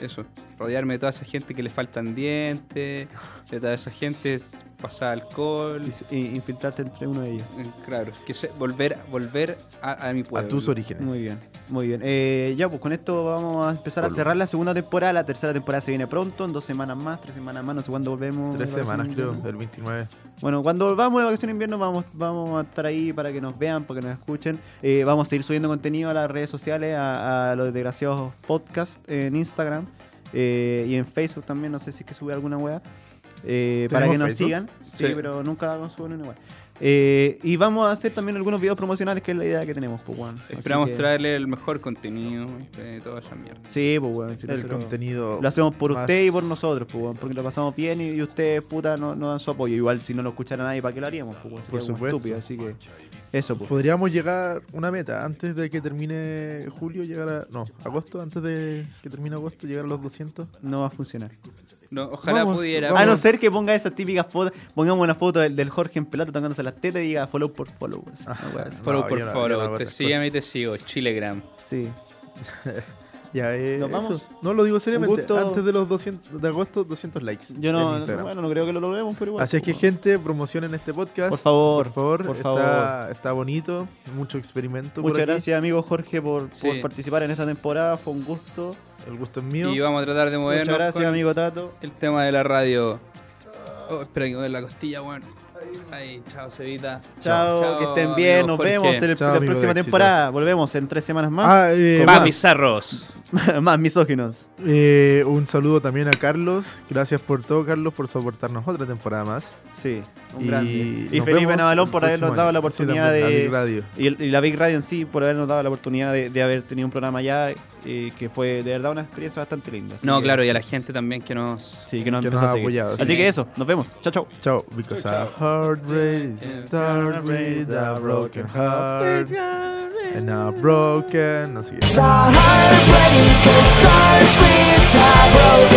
S1: Eso, rodearme de toda esa gente que le faltan dientes, de toda esa gente pasada alcohol.
S2: Y- y infiltrarte entre uno de ellos.
S1: Eh, Claro, que se- volver, volver a, a mi pueblo.
S4: A tus orígenes.
S2: Muy bien, muy bien. Eh, ya, pues con esto vamos a empezar a cerrar la segunda temporada. La tercera temporada se viene pronto, en dos semanas más, tres semanas más, no sé cuándo volvemos.
S4: Tres
S2: de vacaciones
S4: semanas, creo,
S2: de invierno.
S4: el 29.
S2: Bueno, cuando volvamos de vacaciones de invierno vamos, vamos a estar ahí para que nos vean, para que nos escuchen. Eh, vamos a seguir subiendo contenido a las redes sociales, a, a los desgraciados podcast en Instagram eh, y en Facebook también, no sé si es que sube alguna wea. eh, para
S4: ¿Tenemos
S2: que nos
S4: Facebook?
S2: sigan, sí,
S1: Sí.
S2: pero nunca suben una wea. Eh, y vamos a hacer también algunos videos promocionales, que es la idea que tenemos, pues, weón. Así
S1: Esperamos
S2: que-
S1: traerle el mejor contenido de toda esa mierda.
S2: Sí, pues, weón. si
S4: El
S2: nosotros
S4: contenido.
S2: Lo hacemos por
S4: más-
S2: usted y por nosotros, pues, weón, porque lo pasamos bien y, y ustedes, puta, no, no dan su apoyo. Igual si no lo escuchara nadie, ¿para qué lo haríamos? Pues, weón? Sería
S4: Por
S2: como
S4: supuesto.
S2: estúpido, así que eso, pues.
S4: Podríamos llegar a una meta antes de que termine julio, llegar a. No, agosto, antes de que termine agosto, llegar a los 200.
S2: No va a funcionar.
S1: No, ojalá
S4: Vamos,
S1: pudiera.
S2: A no ser que ponga esa típica foto, pongamos una foto del, del Jorge en pelota tocándose las tetas y diga follow por follow. weón. Una weá así.
S1: Follow
S4: Ah, No,
S1: por
S4: yo no-
S1: follow.
S4: yo no hago
S1: te
S4: esas
S1: sígueme y te sigo. Chilegram.
S2: Sí.
S4: Ya, eh,
S2: Nos vamos.
S4: eso. No lo digo seriamente.
S2: gusto.
S4: Antes de los 200 de agosto, 200 likes.
S2: Yo
S4: en
S2: no,
S4: Instagram.
S2: bueno, no creo que lo logremos, pero igual.
S4: Así es que,
S2: pues, weón.
S4: gente, promocionen este podcast.
S2: Por favor,
S4: Por favor,
S2: por
S4: está, está bonito. Mucho experimento. por
S2: Muchas
S4: aquí.
S2: gracias, amigo Jorge, por, por
S1: Sí.
S2: participar en esta temporada. Fue un gusto.
S4: El gusto es
S1: Y
S4: mío.
S1: vamos a tratar de movernos.
S2: Muchas gracias,
S1: con
S2: amigo Tato.
S1: El tema de la radio. Oh, espera que me duele la costilla, weón. Ahí, chao, Cevita.
S2: Chao, que estén bien.
S1: amigo
S2: Nos
S1: Jorge.
S2: vemos en el-
S4: Chao,
S2: la
S4: amigo de
S2: próxima
S4: éxito.
S2: temporada. Volvemos en tres semanas más.
S4: Ah, eh,
S1: Va,
S4: más.
S1: bizarros.
S4: Ah.
S2: [LAUGHS] más misóginos.
S4: Eh, un saludo también a Carlos. Gracias por todo, Carlos, por soportarnos otra temporada más.
S2: Sí, un
S4: Y
S2: grande. Y
S4: nos
S2: Felipe
S4: vemos
S2: Navalón
S4: el
S2: por habernos
S4: próximo
S2: dado
S4: año.
S2: la
S4: Sí,
S2: oportunidad de.
S4: también, a Big Radio.
S2: Y, el- y la Big Radio en sí, por habernos dado la oportunidad de, de haber tenido un programa allá, eh, que fue de verdad una experiencia bastante linda. Así
S1: No,
S2: que-
S1: claro, y a la gente también que nos.
S2: Sí, que nos
S4: que
S2: empezó
S4: nos
S2: a
S4: ha
S2: seguir.
S4: apoyado,
S2: Así
S1: sí.
S2: que eso, nos vemos. Chao, chao.
S4: Chao, because a heart race start with a broken heart and a broken. No sé qué.
S8: Heartbreaker starts with a broken